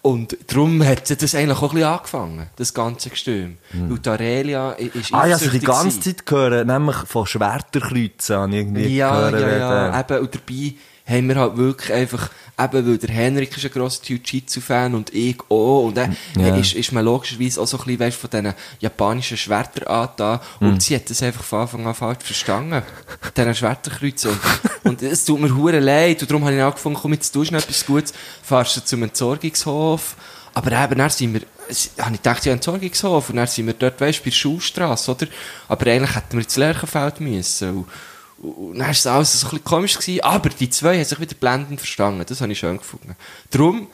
Speaker 5: Und darum hat sie das eigentlich auch ein bisschen angefangen, das ganze Gestüm. Weil die Aurelia i- ist
Speaker 6: Mhm. ah ja, so die
Speaker 5: eifersüchtig
Speaker 6: ganze
Speaker 5: gewesen.
Speaker 6: Zeit gehört, nämlich von Schwerterkreuzen habe ich irgendwie
Speaker 5: Ja,
Speaker 6: gehört.
Speaker 5: ja,
Speaker 6: werden.
Speaker 5: ja, eben, und dabei haben wir halt wirklich einfach, eben, weil der Henrik ist ein grosser Jiu-Jitsu-Fan und ich auch, und dann
Speaker 6: Ja.
Speaker 5: ist, ist man logischerweise auch so ein bisschen, weißt, von diesen japanischen Schwertern angetan,
Speaker 6: Hm.
Speaker 5: und sie hat das einfach von Anfang an falsch verstanden, diesen Schwerterkreuzen. Und, und es tut mir hure leid, und darum habe ich angefangen, komm, jetzt tust du noch etwas Gutes, fahrst du zum Entsorgungshof, aber eben, dann sind wir, s- habe ich gedacht, ja, Entsorgungshof, und dann sind wir dort, weißt, bei der Schulstrasse, oder? Aber eigentlich hätten wir ins Lerchenfeld müssen, und, und dann war es alles so ein bisschen komisch, gewesen, aber die zwei haben sich wieder blendend verstanden. Das habe ich schön gefunden. Darum,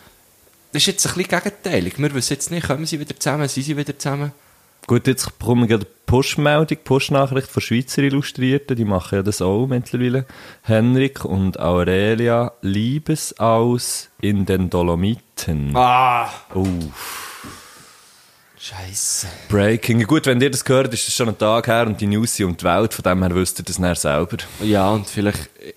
Speaker 5: das ist jetzt ein bisschen gegenteilig. Wir wissen jetzt nicht, kommen sie wieder zusammen, sind sie wieder zusammen.
Speaker 6: Gut, jetzt bekommen wir gerade eine Push-Meldung, Push-Nachricht von Schweizer Illustrierten, die machen ja das auch mittlerweile. Henrik und Aurelia Liebesaus in den Dolomiten.
Speaker 5: Ah!
Speaker 6: Uff.
Speaker 5: Scheiße.
Speaker 6: Breaking. Gut, wenn ihr das gehört, ist das schon ein Tag her und die News sind um die Welt, von dem her wisst ihr das dann selber.
Speaker 5: Ja, und vielleicht, äh,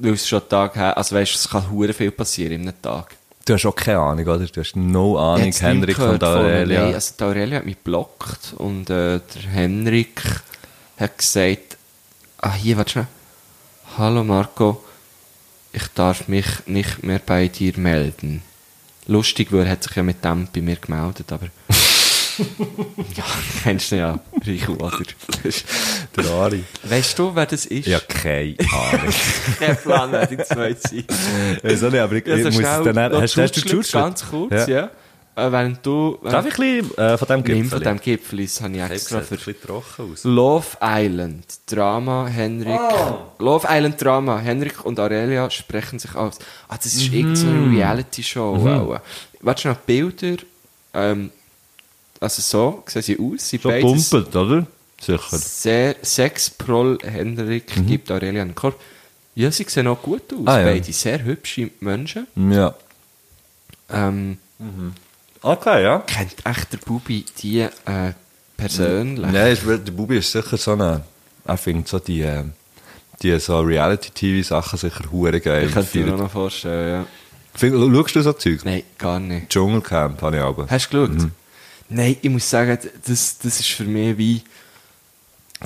Speaker 5: weil es schon einen Tag her, also weißt du, es kann hure viel passieren in einem Tag.
Speaker 6: Du hast auch keine Ahnung, oder? Du hast no
Speaker 5: Ich
Speaker 6: Ahnung,
Speaker 5: hab's nicht
Speaker 6: Henrik
Speaker 5: gehört
Speaker 6: und
Speaker 5: von ihnen. Nein,
Speaker 6: Aurelia.
Speaker 5: also die Aurelia hat mich geblockt und äh, der Henrik hat gesagt, ah hier, warte schnell. Hallo Marco, ich darf mich nicht mehr bei dir melden. Lustig, weil er hat sich ja mit dem bei mir gemeldet, aber... ja, kennst du ja, Rico, oder?
Speaker 6: Der Ari.
Speaker 5: weißt du, wer das ist?
Speaker 6: Ja, keine Ahnung.
Speaker 5: kein Plan, wer die zwei sind.
Speaker 6: Wieso nicht, aber ich, ich
Speaker 5: Also
Speaker 6: muss es
Speaker 5: schnell,
Speaker 6: dann...
Speaker 5: noch
Speaker 6: Hast, hast du
Speaker 5: Tschutschli,
Speaker 6: Tschutschli?
Speaker 5: Ganz kurz, ja. Äh, während du...
Speaker 6: Darf ich ein bisschen äh, von dem
Speaker 5: Nimm
Speaker 6: Gipfel?
Speaker 5: von dem Gipfel, das habe ich extra für...
Speaker 6: trocken aus.
Speaker 5: Love Island, Drama, Henrik. Love Island Drama, Henrik und Aurelia sprechen sich aus. Ah, das ist irgendeine Reality-Show.
Speaker 6: Mhm.
Speaker 5: Wow. Warte schon, Bilder. Ähm, also so sehen sie aus. Sie
Speaker 6: So
Speaker 5: beides
Speaker 6: pumpelt, oder? Sicher.
Speaker 5: sehr Sexproll Henrik gibt Aurelia einen Korb. Ja, sie sehen auch gut aus.
Speaker 6: Mhm. Ah, ja.
Speaker 5: Beide sehr hübsche Menschen.
Speaker 6: Ja.
Speaker 5: Ähm,
Speaker 6: Okay, ja.
Speaker 5: kennt echt der Bubi die äh, persönlich?
Speaker 6: Nein, ich würde- der Bubi ist sicher so eine. Er findet so die, äh, die so Reality-TV-Sachen sicher hure geil.
Speaker 5: Ich könnte mir
Speaker 6: Find-
Speaker 5: noch vorstellen, ja.
Speaker 6: Find- Schaust du so Zeug?
Speaker 5: Nein, gar nicht.
Speaker 6: Dschungelcamp habe ich aber.
Speaker 5: Hast du
Speaker 6: Mhm.
Speaker 5: geschaut? Nein, ich muss sagen, das, das ist für mich wie...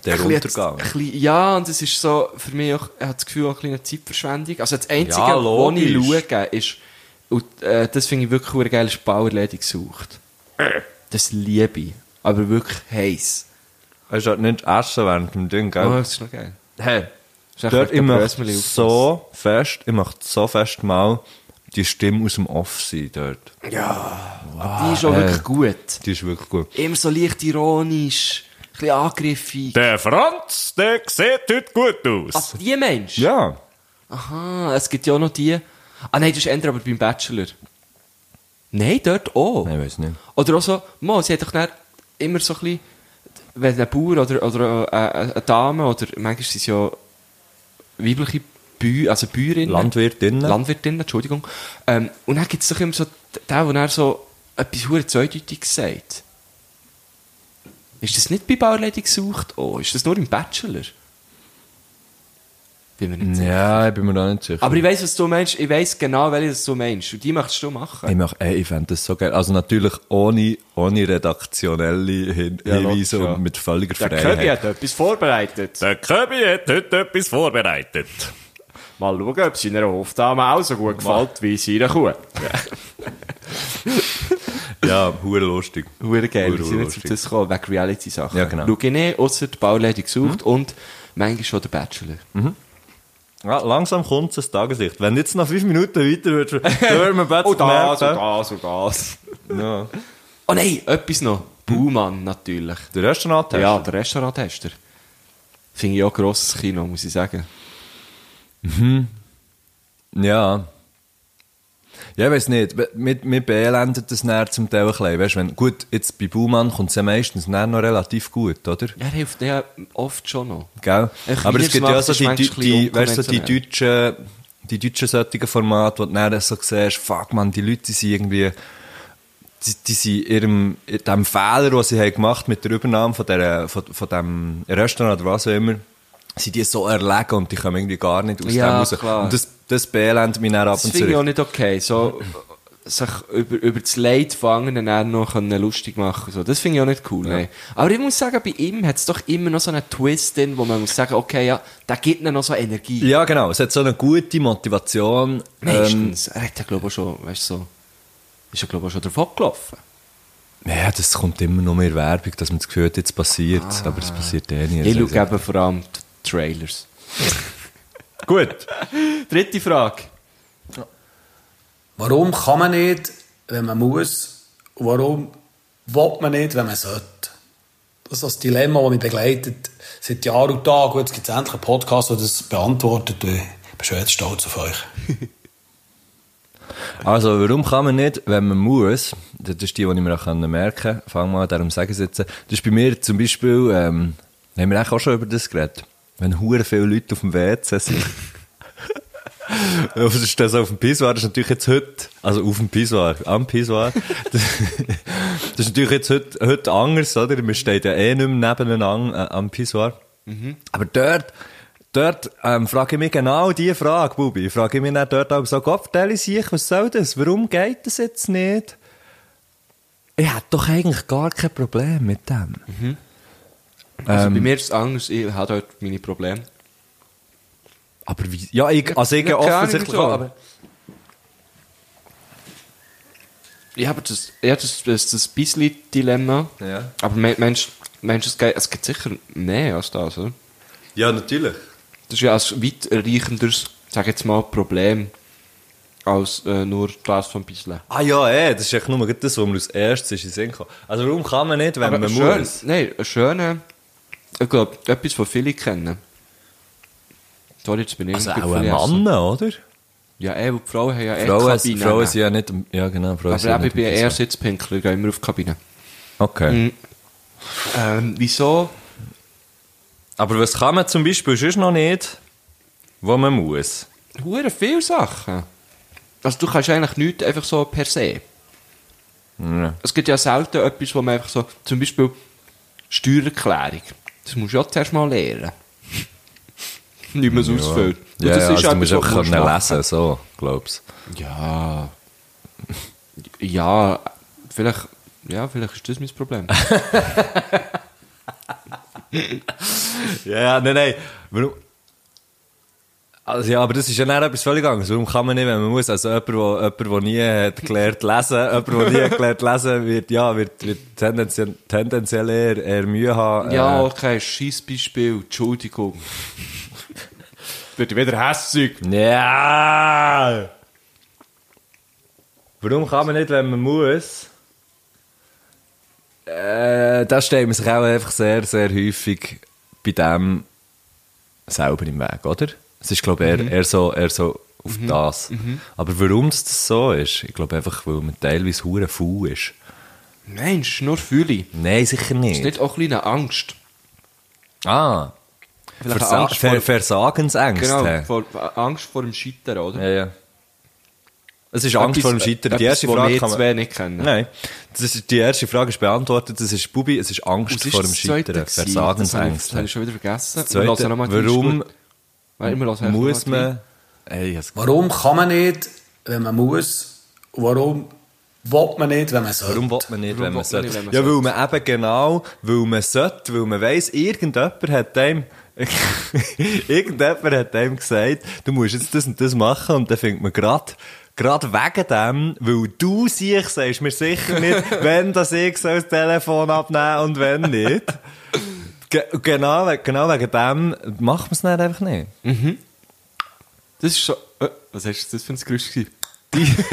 Speaker 6: Der
Speaker 5: ein bisschen-
Speaker 6: Untergang.
Speaker 5: ein bisschen- Ja, und es ist so, für mich auch, ich habe das Gefühl, auch ein bisschen eine Zeitverschwendung. Also das Einzige,
Speaker 6: Ja,
Speaker 5: was ich
Speaker 6: logisch.
Speaker 5: schaue, ist, und äh, das finde ich wirklich eine geil, ist Bauerledig sucht. Das liebe ich. Aber wirklich heiß.
Speaker 6: Hast du halt nicht essen während dem Dünn,
Speaker 5: Oh,
Speaker 6: gell?
Speaker 5: das ist noch geil.
Speaker 6: Hey,
Speaker 5: Ist echt
Speaker 6: dort
Speaker 5: mit
Speaker 6: ich
Speaker 5: dem
Speaker 6: möchte
Speaker 5: Brösmeli aufpassen.
Speaker 6: so fest, ich möchte so fest mal die Stimme aus dem Off sein dort. Ah,
Speaker 5: Die ist auch
Speaker 6: ey.
Speaker 5: wirklich gut.
Speaker 6: Die ist wirklich gut.
Speaker 5: Immer so leicht ironisch, ein bisschen angriffig.
Speaker 6: Der Franz, der sieht heute gut aus.
Speaker 5: Ah, die Mensch?
Speaker 6: Ja.
Speaker 5: Aha, es gibt ja auch noch die. Ah nein, das ist ändert aber beim Bachelor. Nein, dort auch.
Speaker 6: Nein, ich weiß nicht.
Speaker 5: Oder auch so, mo, sie hat doch dann immer so ein bisschen, wenn ein Bauer oder, oder äh, äh, eine Dame oder manchmal sind es ja weibliche Bü also Bäuerinnen.
Speaker 6: Landwirtinnen.
Speaker 5: Landwirtinnen, Entschuldigung. Ähm, und dann gibt es doch immer so den, der dann so etwas hure zweideutig sagt. Ist das nicht bei Bauerlady gesucht? Oh, ist das nur im Bachelor? Bin mir nicht sicher.
Speaker 6: Ja, ich bin mir da nicht sicher.
Speaker 5: Aber ich weiß, was du meinst. Ich weiß genau, welches du meinst. Und die möchtest du machen.
Speaker 6: ich mach, ey, ich fände das so geil. Also natürlich ohne, ohne redaktionelle Hin
Speaker 5: Ja, logisch,
Speaker 6: Hinweise
Speaker 5: ja.
Speaker 6: und mit völliger
Speaker 5: Köbi
Speaker 6: Freiheit.
Speaker 5: etwas vorbereitet.
Speaker 6: Der Köbi hat heute etwas vorbereitet.
Speaker 5: Mal schauen, ob es in einer Hofdame auch so gut gefällt wie seiner Kuh.
Speaker 6: Ja, hure lustig.
Speaker 5: Hure geil. Wir
Speaker 6: Hure
Speaker 5: sind jetzt auf
Speaker 6: lustig.
Speaker 5: das gekommen, wegen Reality-Sachen.
Speaker 6: Ja, genau.
Speaker 5: Schau ich nicht, ausser die Bauleitung gesucht und manchmal schon der Bachelor.
Speaker 6: Ja, Ah, langsam kommt es Tageslicht. Wenn du jetzt noch fünf Minuten weiter würdest, dann würden wir besser
Speaker 5: Oh, das,
Speaker 6: merken.
Speaker 5: oh, das, oh, das.
Speaker 6: Ja.
Speaker 5: Oh nein, etwas noch. Baumann natürlich.
Speaker 6: Der Restaurant
Speaker 5: Ja, der Restauranttester. Finde ich auch grosses Kino, muss ich sagen.
Speaker 6: Ja. Ja, ich weiß nicht. Mit, mit beelendet das näher zum Teil ein bisschen. Weißt, wenn, gut, jetzt bei Baumann kommt es ja meistens näher noch relativ gut, oder?
Speaker 5: Er hilft ja oft schon noch.
Speaker 6: Gell?
Speaker 5: Echt,
Speaker 6: Aber
Speaker 5: wie
Speaker 6: es
Speaker 5: das
Speaker 6: gibt
Speaker 5: macht,
Speaker 6: ja so
Speaker 5: ist
Speaker 6: die, die,
Speaker 5: manchmal
Speaker 6: die, weißt, so die
Speaker 5: unkonventionell.
Speaker 6: deutschen, die deutschen solchen Formate, wo du dann so siehst, fuck man, die Leute die sind irgendwie, die, die sind ihrem, dem Fehler, den sie haben gemacht mit der Übernahme von, der, von, von dem Restaurant oder was auch immer, sind die so erlegen und die kommen irgendwie gar nicht aus
Speaker 5: Ja,
Speaker 6: dem raus.
Speaker 5: klar.
Speaker 6: Und das, das beelendet mich dann ab
Speaker 5: Das
Speaker 6: und
Speaker 5: finde ich auch
Speaker 6: zu.
Speaker 5: nicht okay. So, sich über, über das Leid von anderen dann noch können lustig machen und so. Das finde ich auch nicht cool. nein. Aber ich muss sagen, bei ihm hat es doch immer noch so einen Twist drin, wo man muss sagen, okay, ja, da gibt ihm noch so Energie.
Speaker 6: Ja, genau. Es hat so eine gute Motivation. Ähm,
Speaker 5: Meistens. er hat ja, glaube ich, auch schon, weißt du, so, ist ja, glaube ich, auch schon davon gelaufen.
Speaker 6: ja, das kommt immer nur mehr in Werbung, dass man das Gefühl hat, jetzt passiert
Speaker 5: Ah.
Speaker 6: Aber es passiert eh nie.
Speaker 5: Ich
Speaker 6: Also,
Speaker 5: schaue eben vor allem die Trailers.
Speaker 6: Gut.
Speaker 5: Dritte Frage.
Speaker 1: Warum kann man nicht, wenn man muss? Und warum will man nicht, wenn man sollte? Das ist das Dilemma, das mich begleitet seit Jahr und Tag. Gut, es gibt endlich einen Podcast, der das beantwortet. Ich bin schon jetzt stolz auf euch.
Speaker 6: Also, warum kann man nicht, wenn man muss, das ist die, die ich mir auch merken kann, fang mal an, darum sagen sie jetzt, das ist bei mir zum Beispiel, ähm, haben wir eigentlich auch schon über das geredet, wenn hure viele Leute auf dem WC sind. Äh, Das ist das auf dem Pissoir, das ist natürlich jetzt heute, also auf dem Pissoir, am Pissoir, das, das ist natürlich jetzt heute, heute anders, oder? Wir stehen ja eh nicht mehr nebeneinander äh, am Pissoir.
Speaker 5: Mhm.
Speaker 6: Aber dort, dort ähm, frage ich mich genau diese Frage, Bubi. Ich frage mich dann dort auch so, Gott, sich, was soll das? Warum geht das jetzt nicht? Ich hätte doch eigentlich gar kein Problem mit dem.
Speaker 5: Also
Speaker 6: Ähm,
Speaker 5: bei mir ist es anders, ich habe dort meine Probleme.
Speaker 6: Aber wie, ja, ich, also ich
Speaker 5: Ja,
Speaker 6: gehe
Speaker 5: keine Ahnung,
Speaker 6: offensichtlich
Speaker 5: wieso,
Speaker 6: auch,
Speaker 5: aber- Ich habe das, ja, das, das, das bisschen Dilemma.
Speaker 6: Ja.
Speaker 5: Aber me- Mensch, Mensch, es geht, es geht sicher mehr als das, oder?
Speaker 6: Ja, natürlich.
Speaker 5: Das ist ja ein weitreichendes, sag jetzt mal, Problem als äh, nur das von Bisle.
Speaker 6: Ah ja, ey, das ist echt nur das, was mir als erstes ist in den Sinn kam. Also warum kann man nicht, wenn man
Speaker 5: schön,
Speaker 6: muss?
Speaker 5: nein, ein schöner, ich glaube, etwas, was viele kennen. Sorry, jetzt bin ich
Speaker 6: Also
Speaker 5: irgendwie
Speaker 6: auch ein
Speaker 5: vergessen.
Speaker 6: Mann, oder?
Speaker 5: Ja, eh, weil die Frauen haben ja eh
Speaker 6: Frauen,
Speaker 5: die Kabine.
Speaker 6: Frauen sind ja nicht... Ja, genau, Frauen sind ja
Speaker 5: aber eben,
Speaker 6: nicht
Speaker 5: ich bin
Speaker 6: im
Speaker 5: eher
Speaker 6: Pissoir.
Speaker 5: Sitzpinkler, ich gehe immer auf die Kabine.
Speaker 6: Okay.
Speaker 5: Mhm. Ähm, wieso?
Speaker 6: Aber was kann man zum Beispiel sonst noch nicht, wo man muss?
Speaker 5: Hure viele Sachen. Also du kannst eigentlich nichts einfach so per se. Es gibt ja selten etwas, wo man einfach so, zum Beispiel Steuererklärung. Das musst du ja zuerst mal lernen. Nicht mehr so ausfüllt. Und
Speaker 6: Ja,
Speaker 5: das
Speaker 6: ja,
Speaker 5: ist
Speaker 6: also du musst
Speaker 5: etwas,
Speaker 6: einfach
Speaker 5: was du
Speaker 6: können
Speaker 5: musst
Speaker 6: lesen, so, glaubst
Speaker 5: machen. Ja. Ja, vielleicht, ja, vielleicht ist das mein Problem.
Speaker 6: Ja, ja, nein, nein. Warum? Also ja, dus aber das ist ja dann etwas völlig anderes. Warum kann man nicht, wenn man muss? Also jemand, wo, jemand, wo eh, nie hat gelernt lesen, jemand, wo nie hat gelernt lesen, wird, ja, wird, wird tendenziell, tendenziell eher, eher Mühe haben.
Speaker 5: Ja,
Speaker 6: äh,
Speaker 5: okay, Scheissbeispiel, Entschuldigung. Wird wieder hässig.
Speaker 6: Ja! Warum kann man nicht, wenn man muss? Äh, das steht man sich auch einfach sehr, sehr häufig bei dem selber im Weg, oder? Es ist, glaube ich,
Speaker 5: Mhm.
Speaker 6: eher, eher, so, eher so auf das. Aber warum es das so ist, ich glaube einfach, weil man teilweise hure faul ist.
Speaker 5: Mensch, nur Fühle.
Speaker 6: Nein, sicher
Speaker 5: Ist
Speaker 6: nicht.
Speaker 5: nicht auch ein bisschen Angst?
Speaker 6: Ah,
Speaker 5: Vielleicht
Speaker 6: Versa
Speaker 5: Angst
Speaker 6: Ver
Speaker 5: vor-
Speaker 6: Versagensängste.
Speaker 5: Genau, vor, Angst vor dem Scheitern, oder?
Speaker 6: Ja, ja. Es ist Angst
Speaker 5: Etwas-
Speaker 6: vor dem Scheitern. Die
Speaker 5: etwas,
Speaker 6: erste
Speaker 5: wo
Speaker 6: Frage
Speaker 5: wir
Speaker 6: kann man...
Speaker 5: zwei nicht kennen.
Speaker 6: Nein. Das ist, die erste Frage ist beantwortet. Das ist Bubi, es ist Angst
Speaker 5: Was ist
Speaker 6: vor dem
Speaker 5: das Zweite
Speaker 6: Scheitern.
Speaker 5: gewesen? Das habe
Speaker 6: Versagensängste.
Speaker 5: ich schon wieder vergessen.
Speaker 6: Das Zweite, warum
Speaker 5: Ah,
Speaker 6: muss
Speaker 5: muss
Speaker 6: man... Hey, es-
Speaker 1: Warum kann man nicht, wenn man muss? Und warum will man nicht, wenn man soll?
Speaker 6: Warum will man nicht,
Speaker 5: Warum
Speaker 6: wenn man
Speaker 5: will man nicht,
Speaker 6: sollte?
Speaker 5: wenn man
Speaker 6: Ja, weil
Speaker 5: sollte?
Speaker 6: man eben genau, weil man sollte, weil man weiss, irgendjemand hat dem, irgendjemand hat dem gesagt, du musst jetzt das und das machen und dann findet man gerade, gerade wegen dem, weil du sich sagst mir sicher nicht, wenn das ich soll das Telefon abnehmen und wenn nicht. Ge genau, we- genau wegen dem macht man es dann einfach nicht.
Speaker 5: Das ist so... Äh, was hast du das für ein Geräusch gewesen?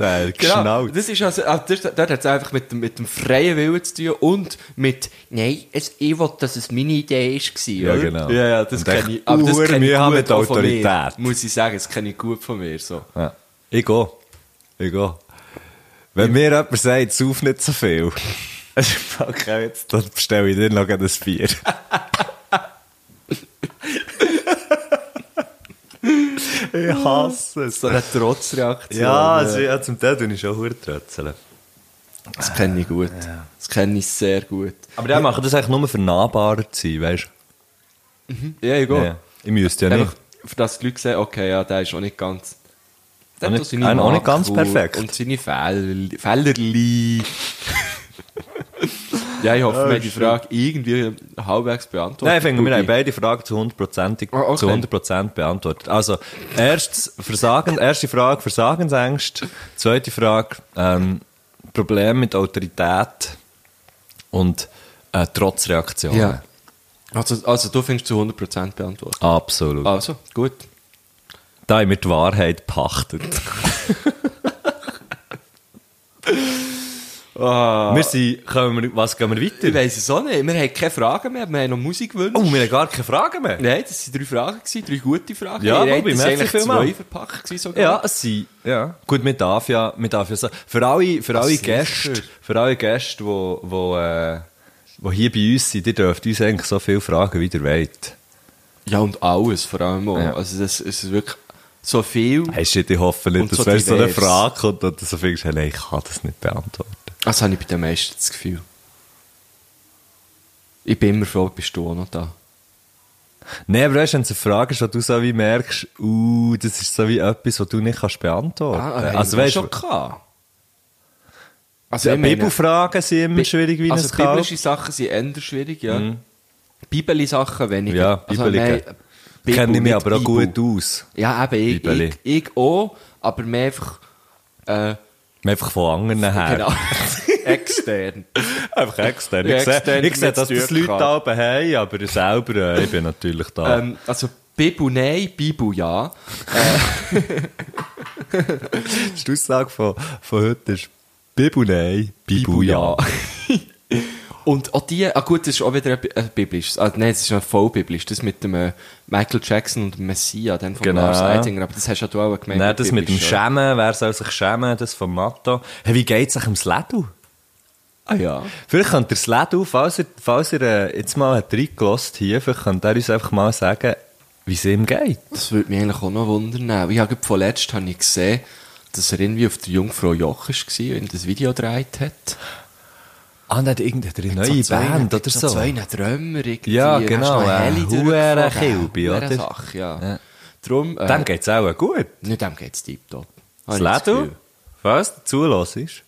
Speaker 6: Nein,
Speaker 5: Genau.
Speaker 6: genau.
Speaker 5: Das ist also, also das, dort hat es einfach mit dem, mit dem freien Willen zu tun und mit, nein, es, ich will, dass es meine Idee ist, gewesen,
Speaker 6: Ja,
Speaker 5: oder?
Speaker 6: genau.
Speaker 5: Ja, ja, das
Speaker 6: Und echt
Speaker 5: kenne ich. Aber das
Speaker 6: ur-
Speaker 5: kenne ich
Speaker 6: Mühe haben
Speaker 5: gut
Speaker 6: mit
Speaker 5: auch von
Speaker 6: Autorität.
Speaker 5: Mir, muss ich sagen, das kenne ich gut von mir. So.
Speaker 6: Ja. Ich gehe. Ich gehe. Wenn mir jemand sagt, sauf nicht so viel, okay, jetzt, dann bestelle ich dir noch ein Bier. ich hasse es.
Speaker 5: So eine Trotzreaktion.
Speaker 6: Ja, also, ja, zum Teil tue ich schon Hurtrötzeln.
Speaker 5: Das kenne ich gut. Das kenne ich sehr gut.
Speaker 6: Aber die machen das eigentlich nur für nahbarer zu sein, weißt
Speaker 5: Ja, ich
Speaker 6: du?
Speaker 5: gehe.
Speaker 6: Ja. Ich müsste ja
Speaker 5: Einfach,
Speaker 6: nicht.
Speaker 5: für das die Leute sehen, okay, ja, der ist auch nicht ganz. Der
Speaker 6: Auch
Speaker 5: hat
Speaker 6: nicht-
Speaker 5: seine
Speaker 6: auch nicht
Speaker 5: Makel
Speaker 6: ganz perfekt.
Speaker 5: Und seine Fäll- Fällerli. ja, ich hoffe, wir haben die Frage irgendwie halbwegs beantwortet.
Speaker 6: Ah, Nein, ich finde, wir
Speaker 5: Bubi.
Speaker 6: haben beide Fragen zu 100%,
Speaker 5: Ah, okay.
Speaker 6: zu 100 beantwortet. Also, erstes Versagen, erste Frage Versagensängste, zweite Frage ähm, Problem mit Autorität und äh, Trotzreaktionen.
Speaker 5: Ja. Also, also, du findest zu 100% beantwortet.
Speaker 6: Absolut.
Speaker 5: Also, gut.
Speaker 6: Da haben wir die Wahrheit pachtet. Wir sind, können wir, was gehen wir
Speaker 5: Ah. Ich
Speaker 6: weiter?
Speaker 5: weiss es auch nicht. Wir haben keine Fragen mehr, wir haben noch Musikwünsche.
Speaker 6: Oh, wir haben gar keine Fragen mehr.
Speaker 5: Nein, das waren drei Fragen, gewesen, drei gute Fragen.
Speaker 6: Ja,
Speaker 5: Ihr
Speaker 6: Bobby,
Speaker 5: hättet
Speaker 6: merci
Speaker 5: eigentlich
Speaker 6: vielmals.
Speaker 5: zwei verpackt gewesen sogar.
Speaker 6: Ja, es sind. Ja. Ah, Gut, man darf ja, man darf ja so. Für alle, für alle
Speaker 5: sicher.
Speaker 6: Gäste, für alle Gäste, wo, wo, äh, wo hier bei uns sind, die dürft uns eigentlich so viele fragen, wie ihr wollt.
Speaker 5: Ja, und alles vor allem auch.
Speaker 6: Ja.
Speaker 5: Also das, es ist wirklich so viel.
Speaker 6: Hey, shit, ich hoffe nicht,
Speaker 5: Und
Speaker 6: dass
Speaker 5: so
Speaker 6: wenn so eine
Speaker 5: divers.
Speaker 6: Frage kommt und du so findest, hey, nein, ich kann das nicht beantworten.
Speaker 5: Das habe ich bei den meisten das Gefühl. Ich bin immer froh, bist du auch noch da.
Speaker 6: Nein, aber weißt, du, wenn es eine Frage ist, wo du so wie merkst, uh, das ist so wie etwas, was du nicht kannst beantworten
Speaker 5: Ah,
Speaker 6: kannst. also, weißt du,
Speaker 5: gehabt. Also,
Speaker 6: ja,
Speaker 5: ich meine-
Speaker 6: Bibelfragen sind immer
Speaker 5: Bi-
Speaker 6: schwierig wie
Speaker 5: Also
Speaker 6: ein Kalb.
Speaker 5: biblische Sachen sind eher schwierig, ja. Bibeli-Sachen weniger.
Speaker 6: Ja, Bibelige.
Speaker 5: Bibel,
Speaker 6: Kenne Also, ich mich
Speaker 5: nicht
Speaker 6: aber auch
Speaker 5: Bibel.
Speaker 6: gut aus.
Speaker 5: Ja, eben, ich,
Speaker 6: Bibeli.
Speaker 5: ich, ich auch, aber mehr einfach... Äh,
Speaker 6: Einfach von anderen her.
Speaker 5: genau. Extern.
Speaker 6: Einfach extern.
Speaker 5: Ja,
Speaker 6: Ich sehe,
Speaker 5: extern,
Speaker 6: ich sehe
Speaker 5: damit
Speaker 6: dass
Speaker 5: es
Speaker 6: das
Speaker 5: durch
Speaker 6: Leute
Speaker 5: kann.
Speaker 6: da oben haben, aber ich selber, äh, ich bin natürlich da.
Speaker 5: Ähm, also Bibel nein, Bibel ja.
Speaker 6: das ist die Aussage von, von heute ist Bibu nein, Bibu ja.
Speaker 5: Und auch die, ah gut, das ist auch wieder ein Bi- ein biblisches, ah, nein, das ist ein vollbiblisch, das mit dem äh, Michael Jackson und dem Messiah, dann von
Speaker 6: Genau.
Speaker 5: Lars Eidinger, aber das hast ja du auch gemeint.
Speaker 6: Nein, das mit dem
Speaker 5: biblisch, ja.
Speaker 6: Schämen, wer soll sich schämen, das vom Matto. Hey, wie geht's euch im Sledu?
Speaker 5: Ah ja.
Speaker 6: Vielleicht könnt ihr Sledu, falls ihr, falls ihr äh, jetzt mal hat reingelassen hier, vielleicht könnt ihr uns einfach mal sagen, wie es ihm geht.
Speaker 5: Das würde mich eigentlich auch noch wundern. Ich habe vorletzt habe ich gesehen, dass er irgendwie auf der Jungfrau Joch war und das Video gedreht hat.
Speaker 6: Ah, nicht irgendeine neue
Speaker 5: zwei-
Speaker 6: Band oder
Speaker 5: so
Speaker 6: so.
Speaker 5: zwei Trömer irgendwie.
Speaker 6: Ja,
Speaker 5: Hast du
Speaker 6: genau,
Speaker 5: noch eine
Speaker 6: äh,
Speaker 5: Heli
Speaker 6: Huren
Speaker 5: durchgefahren?
Speaker 6: Kilbi,
Speaker 5: Huren
Speaker 6: oder?
Speaker 5: Sache, ja.
Speaker 6: Ja.
Speaker 5: Drum, äh,
Speaker 6: Dem geht's auch gut.
Speaker 5: nicht dem geht es tiptop.
Speaker 6: Ah,
Speaker 5: Habe ich das
Speaker 6: Sledu,
Speaker 5: Gefühl.
Speaker 6: falls du zulässt,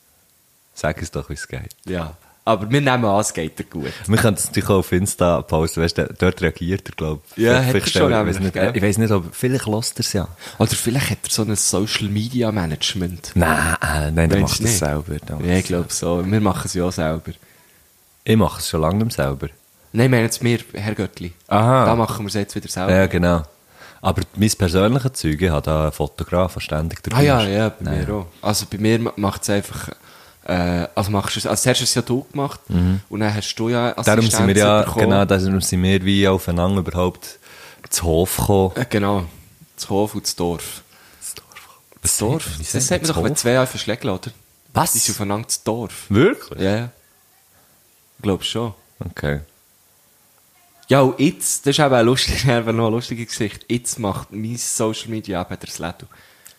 Speaker 6: sag es doch, wie es geht.
Speaker 5: Ja. Aber wir nehmen an, es geht dir gut.
Speaker 6: Wir können das natürlich auch auf Insta posten, weißt du, dort reagiert er, glaube ich.
Speaker 5: Ja, hat er schon
Speaker 6: ich, weiß
Speaker 5: nämlich,
Speaker 6: nicht,
Speaker 5: gell?
Speaker 6: ich weiß nicht, ob, vielleicht lässt er es ja.
Speaker 5: Oder vielleicht hat er so ein Social Media Management.
Speaker 6: Nein, äh, nein, der macht
Speaker 5: Meinst du
Speaker 6: es
Speaker 5: nicht?
Speaker 6: selber. der macht
Speaker 5: Ja, ich
Speaker 6: es
Speaker 5: glaube so. Wir machen es ja auch selber.
Speaker 6: Ich mache es schon lange nicht mehr selber.
Speaker 5: Nein, wir haben jetzt mehr, Herr Göttli.
Speaker 6: Aha.
Speaker 5: Da machen wir es jetzt wieder selber.
Speaker 6: Ja, genau. Aber mein persönliches Zeug, ich habe da einen Fotografen ständig dabei.
Speaker 5: Ah ja, ja, bei
Speaker 6: Nein.
Speaker 5: mir auch. Also bei mir macht es einfach... Äh, also machst du es... Also zuerst hast du es ja du gemacht und dann hast du ja
Speaker 6: Darum sind wir ja,
Speaker 5: bekommen.
Speaker 6: genau, darum sind wir wie aufeinander überhaupt zu Hof gekommen.
Speaker 5: Äh, genau. Das Hof und das Dorf.
Speaker 6: Das
Speaker 5: Dorf? Das sagt man doch, wenn zwei Alpha schlägt, oder?
Speaker 6: Was?
Speaker 5: Die sind aufeinander das Dorf.
Speaker 6: Wirklich?
Speaker 5: Ja, ja. Ich glaube schon.
Speaker 6: Okay.
Speaker 5: Ja, und jetzt, das ist eben ein lustiges, eben noch eine lustige Geschichte. Jetzt macht mein Social Media eben der Sleddo.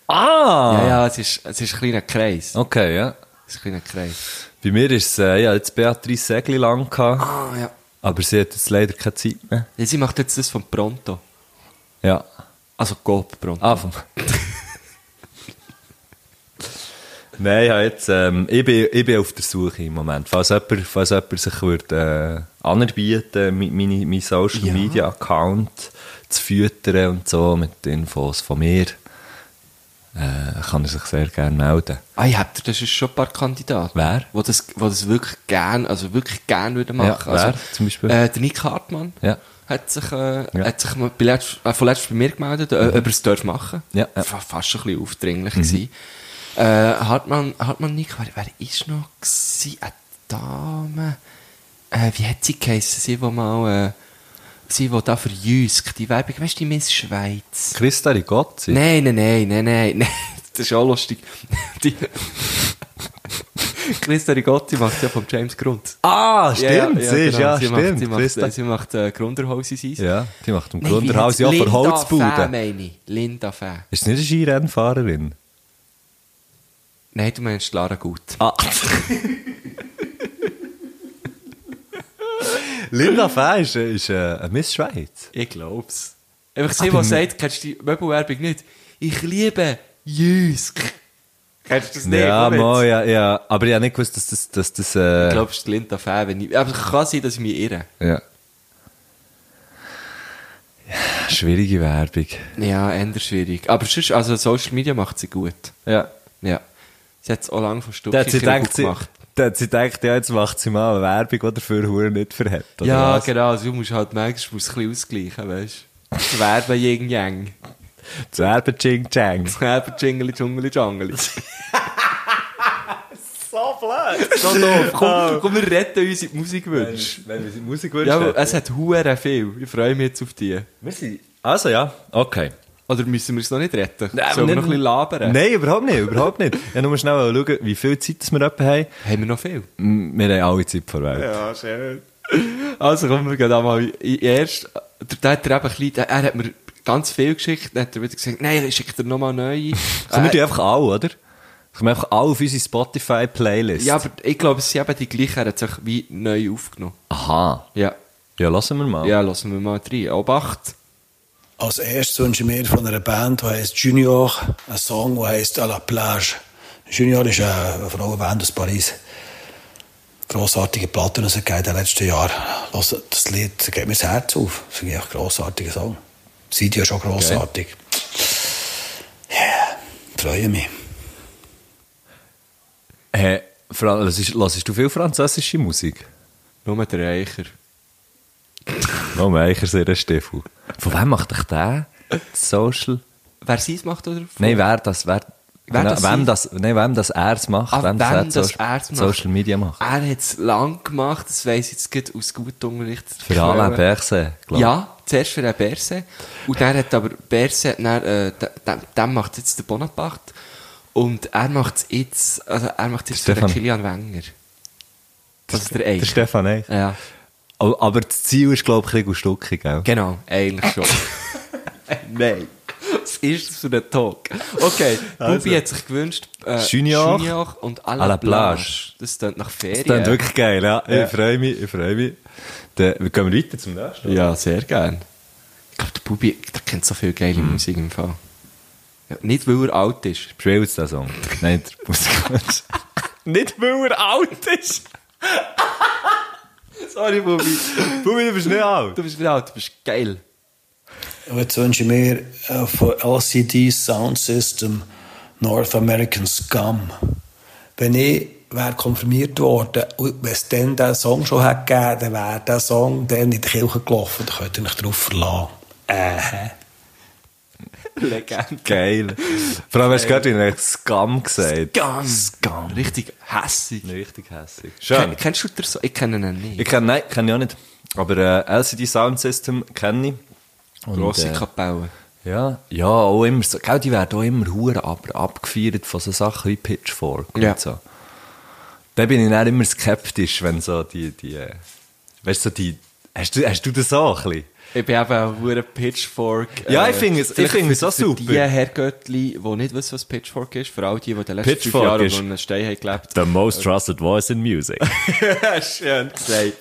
Speaker 6: Ah!
Speaker 5: Ja, ja, es ist, es ist ein kleiner Kreis.
Speaker 6: Okay, ja.
Speaker 5: Es ist ein kleiner Kreis.
Speaker 6: Bei mir ist es, äh, ja, jetzt Beatrice Segli lang gehabt,
Speaker 5: Ah, ja.
Speaker 6: aber sie hat jetzt leider keine Zeit mehr.
Speaker 5: ja. Sie macht jetzt das von Pronto.
Speaker 6: Ja.
Speaker 5: Also Gop Pronto.
Speaker 6: Ah, vom... Nein, ich, habe jetzt, ähm, ich, bin, ich bin auf der Suche im Moment. Falls jemand, falls jemand sich würde, äh, anbieten mi- meine, mein Social Media Account zu füttern und so mit Infos von mir, äh, kann er sich sehr gerne melden.
Speaker 5: Ah, ja, habt ihr, das ist schon ein paar Kandidaten.
Speaker 6: Wer?
Speaker 5: Wo das, wo das wirklich gern, also wirklich gern würden machen.
Speaker 6: Ja,
Speaker 5: also,
Speaker 6: wer zum Beispiel?
Speaker 5: Äh, der Nick Hartmann.
Speaker 6: Ja.
Speaker 5: Hat sich, äh, hat sich mal bei letzt, äh, von letztem bei mir gemeldet, äh, ob er es darf machen.
Speaker 6: Ja, Mhm. ja.
Speaker 5: Fa- Fast schon ein bisschen aufdringlich gewesen. Äh, Hartmann, Hartmann Nick, wer, wer ist noch gewesen? Eine Dame. Äh, wie hat sie geheissen? Sie, die mal, äh, sie, die da für Jüsk, die Werbung, weißt du, die Miss Schweiz.
Speaker 6: Christa Rigotti?
Speaker 5: Nein, nein, nein, nein, nein, nein. Das ist auch lustig. Die Christa Rigotti macht ja von James Grund.
Speaker 6: Ah, stimmt,
Speaker 5: ja,
Speaker 6: sie ist,
Speaker 5: genau.
Speaker 6: ja,
Speaker 5: sie Macht,
Speaker 6: stimmt.
Speaker 5: sie macht,
Speaker 6: Christa.
Speaker 5: äh, sie macht äh, Grunderhäuser sein.
Speaker 6: ja, die macht im
Speaker 5: Nein, wie
Speaker 6: Grunderhaus
Speaker 5: heisst-
Speaker 6: ja für
Speaker 5: Linda Fäh,
Speaker 6: Holzbuden.
Speaker 5: meine ich. Linda Fäh.
Speaker 6: Ist sie nicht eine Skirennfahrerin?
Speaker 5: Nein, du meinst Lara Gut.
Speaker 6: Ah. Linda Fäh ist, äh, ist äh, eine Miss Schweiz.
Speaker 5: Ich glaub's. Einfach sie, die sagt, kennst du die Möbelwerbung nicht? Ich liebe Jüsk. Kennst du das nicht?
Speaker 6: ja,
Speaker 5: Moritz?
Speaker 6: mo, ja, ja. Aber ich habe nicht gewusst, dass das. Dass das äh,
Speaker 5: Ich glaube, es ist Linda Fäh. Wenn ich, aber es kann sein, dass ich mich irre.
Speaker 6: ja. ja. Schwierige Werbung.
Speaker 5: Ja, änder schwierig. Aber sonst, also Social Media macht sie gut.
Speaker 6: Ja.
Speaker 5: Ja. Sie hat es auch lange vom Stück
Speaker 6: Da hat sie
Speaker 5: Kirchhoff
Speaker 6: denkt, sie, da hat sie denkt, ja, jetzt macht sie mal eine Werbung, die dafür Huren nicht verhält. oder
Speaker 5: Ja,
Speaker 6: was?
Speaker 5: genau. Also, du musst halt manchmal musst du ein bisschen ausgleichen, weißt du? Das Werben Yin Yang.
Speaker 6: Das Werbe Ching Chang.
Speaker 5: Das Werben Jingle Dschungeli Dschangeli. so blöd. Ah. So doof. Komm, komm, wir retten unsere Musikwünsche.
Speaker 6: Wenn wir Musik äh,
Speaker 5: Ja, also- aber es hat Huren viel. Ich freue mich jetzt auf die.
Speaker 6: Also ja, okay.
Speaker 5: Oder müssen wir es noch nicht retten? Sollen wir noch ein bisschen labern?
Speaker 6: Nein, überhaupt nicht, überhaupt nicht. Ich muss schnell schauen, wie viel Zeit das wir etwa haben.
Speaker 5: Haben wir noch viel?
Speaker 6: M- Wir haben alle Zeit vor Welt.
Speaker 5: Ja, schön. Also kommen wir gehen da mal in- erst. Der, der hat er eben ein bisschen, der- er hat mir ganz viel geschickt, dann hat er wieder gesagt, nein, ich schicke dir nochmal neue.
Speaker 6: Kommen Also, wir
Speaker 5: Äh,
Speaker 6: die einfach alle, oder? Kommen wir einfach alle auf unsere Spotify-Playlist?
Speaker 5: ja, aber ich glaube, es sind eben die gleichen, er hat sich wie neu aufgenommen.
Speaker 6: Aha.
Speaker 5: Ja,
Speaker 6: Ja, lassen wir mal.
Speaker 5: ja, lassen wir mal rein. Obacht.
Speaker 1: Als erstes wünsche ich mir von einer Band, die heißt Junior, einen Song, der heißt À la plage. Junior ist eine Frauenband aus Paris. Grossartige Platten rausgegeben in den letzten Jahren. Hört Das Lied da geht mir das Herz auf. Das finde ich echt ein grossartiger Song. Das Video ist schon grossartig. Ja, freue mich.
Speaker 6: Hä, Fra- lassest- lassest du viel französische Musik?
Speaker 5: Nur der Reicher.
Speaker 6: Oh, Meicher, sehr ein Stiefel. Von wem macht dich der? Social?
Speaker 5: Wer sie es macht, oder?
Speaker 6: Nein, wer das, wer,
Speaker 5: Wer
Speaker 6: genau,
Speaker 5: das
Speaker 6: wem
Speaker 5: sie-
Speaker 6: das, nein, wem das er es macht,
Speaker 5: Ah,
Speaker 6: wem das,
Speaker 5: wem
Speaker 6: er
Speaker 5: das
Speaker 6: Social-
Speaker 5: er es macht.
Speaker 6: Social Media macht.
Speaker 5: Er hat es lang gemacht, das weiss ich jetzt gerade aus gutem Unterricht.
Speaker 6: Für Alain Berset, glaube ich.
Speaker 5: Ja, zuerst für den Berse. Und dann hat aber Berse, hat dann, äh, d- dem, dem macht jetzt der Bonaparte. Und er macht es jetzt, also er macht jetzt für den
Speaker 6: Stefan.
Speaker 5: Kilian Wenger. Also der
Speaker 6: Der
Speaker 5: Eich.
Speaker 6: Stefan, ey.
Speaker 5: Ja,
Speaker 6: Aber, aber das Ziel ist, glaube ich, Krieg und Stucki, gell?
Speaker 5: genau, eigentlich schon. Nein. Was ist das für ein Talk? Okay, Bubi hat sich gewünscht, äh,
Speaker 6: Also. Junior.
Speaker 5: Junior und à
Speaker 6: À
Speaker 5: la,
Speaker 6: la
Speaker 5: plage.
Speaker 6: plage.
Speaker 5: Das klingt nach Ferien.
Speaker 6: Das klingt wirklich geil, ja. Ich freue mich, ich freue mich. Dann gehen wir weiter zum nächsten.
Speaker 5: Ja, sehr gern. Ich glaube, der Bubi, der kennt so viel geile
Speaker 6: Hm.
Speaker 5: Musik im Fall. Ja, nicht, weil er alt ist.
Speaker 6: Spielst du den Song? Nein, der Musikwunsch. Nicht, weil er alt ist.
Speaker 5: Sorry, Bubi.
Speaker 6: Bubi, du bist nicht alt.
Speaker 5: Du bist nicht alt, du bist geil.
Speaker 1: Und jetzt wünsche ich mir äh, von LCD Sound System North American Scum. Wenn ich wäre konfirmiert worden, und wenn es dann diesen Song schon hätte gegeben, dann wäre dieser Song dann in die Kirche gelaufen. Da könnt ihr mich drauf verlassen. Äh,
Speaker 5: Legende.
Speaker 6: Geil. Vor allem hast du gehört, wie er Scam gesagt
Speaker 5: Ganz, ganz. Richtig hässig.
Speaker 6: Richtig hässlich.
Speaker 5: Ken,
Speaker 6: Schön.
Speaker 5: kennst du den so? Ich kenne ihn nicht.
Speaker 6: Ich kenne, nein, kenne ich auch nicht. Aber äh, LCD Sound System kenne ich. Und,
Speaker 5: Grosse
Speaker 6: äh,
Speaker 5: Kapelle.
Speaker 6: Ja, ja, auch immer so. Gell, die werden auch immer hure ab, abgefeiert von so Sachen wie Pitchfork
Speaker 5: Ja.
Speaker 6: und so. Da bin ich dann immer skeptisch, wenn so die, die, äh, weißt du, so die, hast du, hast du das auch ein bisschen?
Speaker 5: Ich bin eben ein hoher Pitchfork. äh,
Speaker 6: Ja, ich finde es- ich
Speaker 5: vielleicht
Speaker 6: finde es auch
Speaker 5: für
Speaker 6: super.
Speaker 5: Die Herrgöttli, die nicht wissen, was Pitchfork ist, vor allem die, die in den letzten fünf
Speaker 6: Pitchfork
Speaker 5: Jahren
Speaker 6: ist-
Speaker 5: unter einem Stein haben gelebt
Speaker 6: The most trusted voice in music.
Speaker 5: Schön gesagt.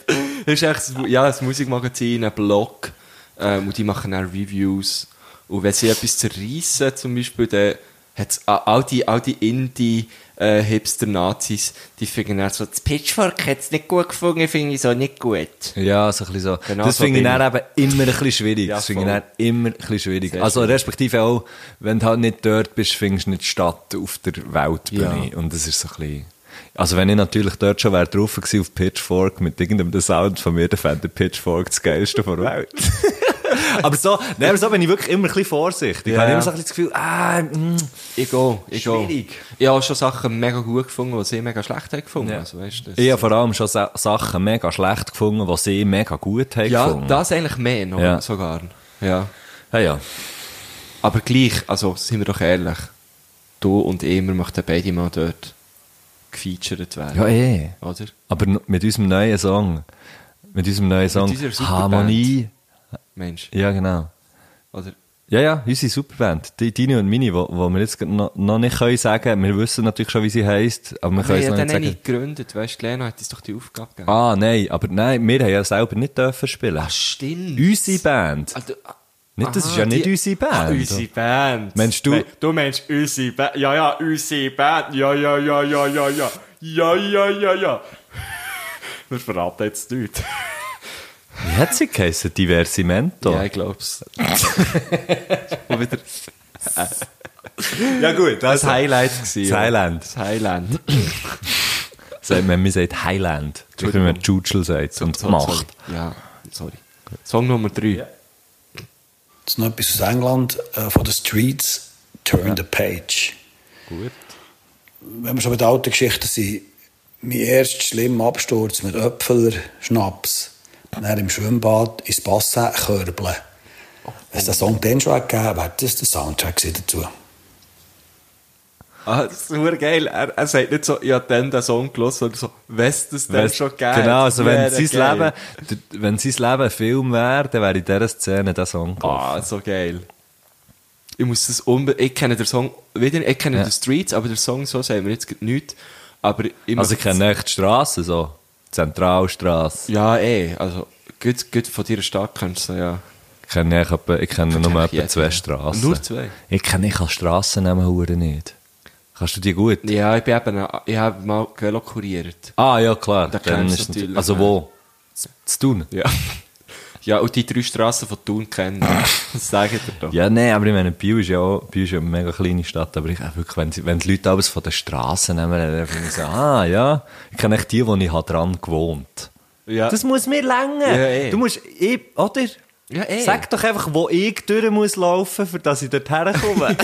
Speaker 5: Das ist echt ein, ja, ein Musikmagazin, ein Blog. Ähm, und die machen dann Reviews. Und wenn sie etwas zerreissen, zum Beispiel, dann hat es all die, all die Indie-Hipster-Nazis, die finden dann so, das Pitchfork hat es nicht gut gefunden, finde ich so nicht gut.
Speaker 6: ja, so ein bisschen so.
Speaker 5: Genau
Speaker 6: das
Speaker 5: so
Speaker 6: finde ich
Speaker 5: bin
Speaker 6: dann eben immer ein bisschen schwierig.
Speaker 5: Ja,
Speaker 6: das finde ich
Speaker 5: voll.
Speaker 6: dann immer ein bisschen schwierig.
Speaker 5: Sehr
Speaker 6: also,
Speaker 5: schwierig.
Speaker 6: respektive auch, wenn du halt nicht dort bist, findest du nicht die Stadt auf der Weltbühne. Und das ist so ein bisschen, also wenn ich natürlich dort schon wäre drauf gewesen auf Pitchfork mit irgendeinem Sound von mir, dann fände ich Pitchfork das geilste von der Welt. aber so, nein, aber so bin ich wirklich immer ein bisschen vorsichtig. Ich
Speaker 5: Ja.
Speaker 6: habe immer so ein bisschen das Gefühl, ah, mm,
Speaker 5: Ich gehe, ich gehe.
Speaker 6: Schwierig.
Speaker 5: Ich habe schon Sachen mega gut gefunden, die sie mega schlecht haben gefunden.
Speaker 6: Ja.
Speaker 5: Also, weißt du, das-
Speaker 6: ich habe vor allem schon Sa- Sachen mega schlecht gefunden, die sie mega gut haben
Speaker 5: ja,
Speaker 6: gefunden.
Speaker 5: das eigentlich mehr noch,
Speaker 6: Ja.
Speaker 5: sogar. Ja.
Speaker 6: ja, ja.
Speaker 5: Aber gleich, also sind wir doch ehrlich, du und ich, wir möchten beide mal dort gefeatured werden.
Speaker 6: Ja, eh.
Speaker 5: Oder?
Speaker 6: Aber n- mit unserem neuen Song. Mit unserem neuen Song.
Speaker 5: unserer Superband.
Speaker 6: Harmonie.
Speaker 5: Mensch.
Speaker 6: Ja, genau.
Speaker 5: Oder?
Speaker 6: Ja, ja, unsere Superband. Die, deine und meine, wo, wo wir jetzt gerade noch, noch nicht können sagen Wir wissen natürlich schon, wie sie heisst, aber wir
Speaker 5: Wir
Speaker 6: können es
Speaker 5: haben
Speaker 6: noch
Speaker 5: ja
Speaker 6: nicht
Speaker 5: dann
Speaker 6: sagen.
Speaker 5: nicht gegründet, weißt du, Lena hat uns doch die Aufgabe gegeben.
Speaker 6: Ah, nein, aber nein, wir haben ja selber nicht dürfen spielen.
Speaker 5: stimmt.
Speaker 6: unsere Band.
Speaker 5: Also,
Speaker 6: Nicht, das ist ja nicht unsere Band.
Speaker 5: Ah, unsere Band.
Speaker 6: Meinst du-
Speaker 5: Nein, Du meinst unsere Band. Ja, ja, unsere Band. Ja, ja, ja, ja, ja, ja. Ja, ja, ja, ja. Wir verraten jetzt nichts.
Speaker 6: Wie hat sie geheißen? Diversimento.
Speaker 5: Ja, ich glaub's. Und wieder
Speaker 6: ja gut, das
Speaker 5: das Highlight gewesen.
Speaker 6: Das
Speaker 5: ja.
Speaker 6: Highland.
Speaker 5: Das Highland.
Speaker 6: Sagt man, man sagt Highland. Wie wenn man Jutschel sagt und
Speaker 5: So,
Speaker 6: macht.
Speaker 5: Sorry. Ja, sorry. Song Nummer 3.
Speaker 1: jetzt noch etwas aus England, äh, von den Streets, Turn the Page.
Speaker 5: Gut.
Speaker 1: Wenn wir schon bei der alten Geschichte sind, mein erster schlimmer Absturz mit Äpfeler, Schnaps, dann im Schwimmbad ins Bassin körbeln. Wenn es den Song dann schon hätte gegeben wäre das der Soundtrack gewesen dazu.
Speaker 5: Ah, das ist super geil. Er, er sagt nicht so, ich habe dann den Song gehört, sondern so, weißt du, das dann
Speaker 6: Weißt-
Speaker 5: schon geil.
Speaker 6: Genau, also wenn sein, Leben,
Speaker 5: geil.
Speaker 6: d- wenn sein Leben ein Film wäre, dann wäre in dieser Szene der Song.
Speaker 5: Ah, so geil. Ich muss das unbe... Ich kenne den Song... Wieder, ich kenne
Speaker 6: Ja.
Speaker 5: den Streets, aber der Song so sagt mir jetzt gerade nichts. Aber
Speaker 6: also
Speaker 5: ich möchte-
Speaker 6: ich kenne echt die Strasse, so. Zentralstrasse.
Speaker 5: Ja, eh. Also, gut, gut von deiner Stadt kennst du sie, ja.
Speaker 6: Ich kenne, echt etwa, ich kenne nur
Speaker 5: kenne ich
Speaker 6: etwa
Speaker 5: jeden,
Speaker 6: zwei
Speaker 5: ja.
Speaker 6: Strassen.
Speaker 5: Nur zwei?
Speaker 6: Ich kenne ich kann Strassen nehmen Huren nicht. Kannst du die gut?
Speaker 5: Ja, ich bin eben... Ich habe mal Velo kuriert.
Speaker 6: Ah ja, klar.
Speaker 5: Da
Speaker 6: Dann
Speaker 5: kennst du
Speaker 6: ist
Speaker 5: natürlich,
Speaker 6: natürlich- Also
Speaker 5: ja.
Speaker 6: wo? Z- Zu tun?
Speaker 5: Ja. Ja, und die drei Strassen von Thun kennen. Das sage ich dir doch.
Speaker 6: Ja, nein, aber ich meine, Bio ist ja auch Bio ist ja eine mega kleine Stadt, aber ich, auch wirklich, wenn, sie- wenn die Leute alles von der Straße nehmen, dann finde ich so, ah ja, ich kenne echt die, wo ich habe dran gewohnt
Speaker 5: Ja.
Speaker 6: Das muss mir länger.
Speaker 5: Ja, eh.
Speaker 6: Du musst, ich, oder?
Speaker 5: Ja, eh.
Speaker 6: Sag doch einfach, wo ich durch muss laufen, für dass ich dort herkomme.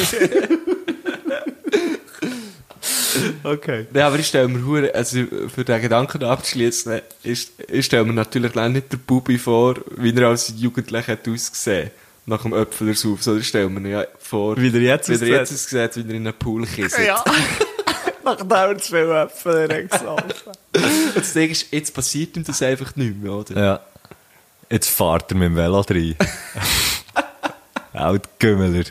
Speaker 6: okay.
Speaker 5: Nein, aber ich stelle mir, hure- also für den Gedanken abzuschließen, ich, ich stelle mir natürlich auch nicht den Bubi vor, wie er als Jugendlicher hat ausgesehen nach dem Öpfelersauf, sondern ich stelle mir ihn ja vor,
Speaker 6: Wie er jetzt
Speaker 5: wie er jetzt
Speaker 6: aussieht.
Speaker 5: aussieht, wie er in einem Pool kisst.
Speaker 6: Nachdem er zu viel Äpfel gesoffen
Speaker 5: Das Ding ist, jetzt passiert ihm das einfach nicht mehr, oder?
Speaker 6: Ja. Jetzt fährt er mit dem Velo rein. Altgümmeler.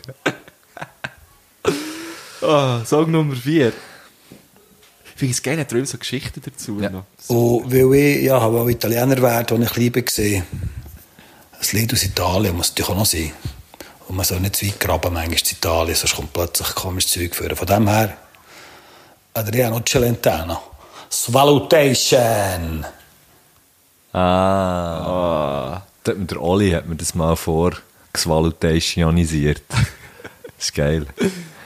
Speaker 5: Ah, Song Nummer 4. Ich finde es geil, hat er immer so Geschichten dazu.
Speaker 6: Ja.
Speaker 5: noch.
Speaker 1: Und Oh, weil ich ja, habe auch Italiener werden, als ich klein war, ein Lied aus Italien muss natürlich auch noch sein. Und man soll nicht zu weit graben, manchmal in Italien, sonst kommt plötzlich komisches Zeug vor. Von dem her, oder ich habe noch Celentano. Swallowtation.
Speaker 6: Ah. Der, der Oli hat mir das mal vor gesvalutationisiert. Das ist geil.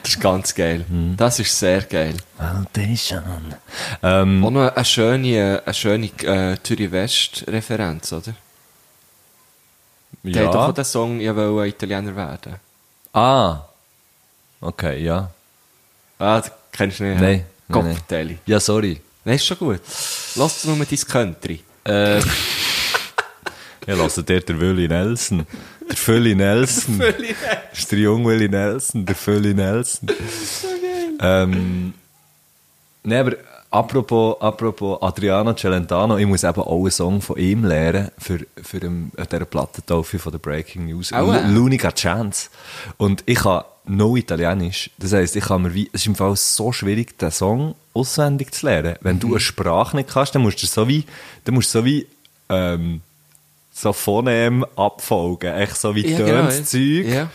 Speaker 5: Das ist ganz geil.
Speaker 6: Mhm.
Speaker 5: Das ist sehr geil.
Speaker 6: Valutation. Ähm,
Speaker 5: Auch noch eine schöne, eine schöne äh, Zürich West-Referenz, oder? Die haben doch auch
Speaker 6: ja.
Speaker 5: den Song «Ich will Italiener werden».
Speaker 6: Ah. Okay, ja.
Speaker 5: Ah, das kennst du nicht.
Speaker 6: Nein, nein, nein.
Speaker 5: Kopfteile.
Speaker 6: Ja, sorry.
Speaker 5: Nein, ist schon gut. Lass nur dein Country.
Speaker 6: Äh. ja, lass dir der Willi Nelson. Der Fülli Nelson. der ist der junge Willi Nelson, der Fülli Nelson. ähm, Nein, aber apropos, apropos Adriano Celentano, ich muss eben auch einen Song von ihm lernen für, für den, an dieser Plattentaufe von der Breaking News.
Speaker 5: Aua.
Speaker 6: Lu- L'unica Chance. Und ich kann no Italienisch. Das heisst, ich kann mir wie, es ist im Fall so schwierig, den Song auswendig zu lernen. Wenn du eine Sprache nicht kannst, dann musst du so wie, dann musst du so wie, ähm, so Phonem abfolgen. Echt so wie
Speaker 5: Ja,
Speaker 6: ja,
Speaker 5: genau,
Speaker 6: Töns, Zeug.
Speaker 5: ja.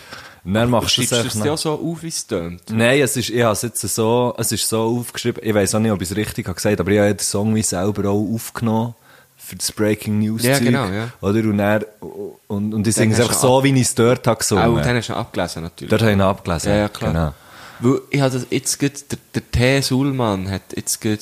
Speaker 6: Und dann machst du
Speaker 5: Schreibst
Speaker 6: es
Speaker 5: du
Speaker 6: einfach
Speaker 5: es
Speaker 6: nach-
Speaker 5: dir auch so auf, wie es tönt?
Speaker 6: Nein, es ist, ich habe es jetzt so, es ist so aufgeschrieben, ich weiß auch nicht, ob ich es richtig habe gesagt, aber ich habe den Song wie selber auch aufgenommen für das Breaking News
Speaker 5: Ja,
Speaker 6: Zeug,
Speaker 5: genau, ja.
Speaker 6: Oder? Und, dann, und, und ich singe es
Speaker 5: hast
Speaker 6: einfach
Speaker 5: du
Speaker 6: so, wie ich es dort habe
Speaker 5: Auch, den
Speaker 6: gesungen.
Speaker 5: hast du noch abgelesen, natürlich.
Speaker 6: Dort habe ich ihn abgelesen.
Speaker 5: Ja, ja, klar.
Speaker 6: Genau.
Speaker 5: Weil ich habe das jetzt gut, der, der T. Sulman hat jetzt gut,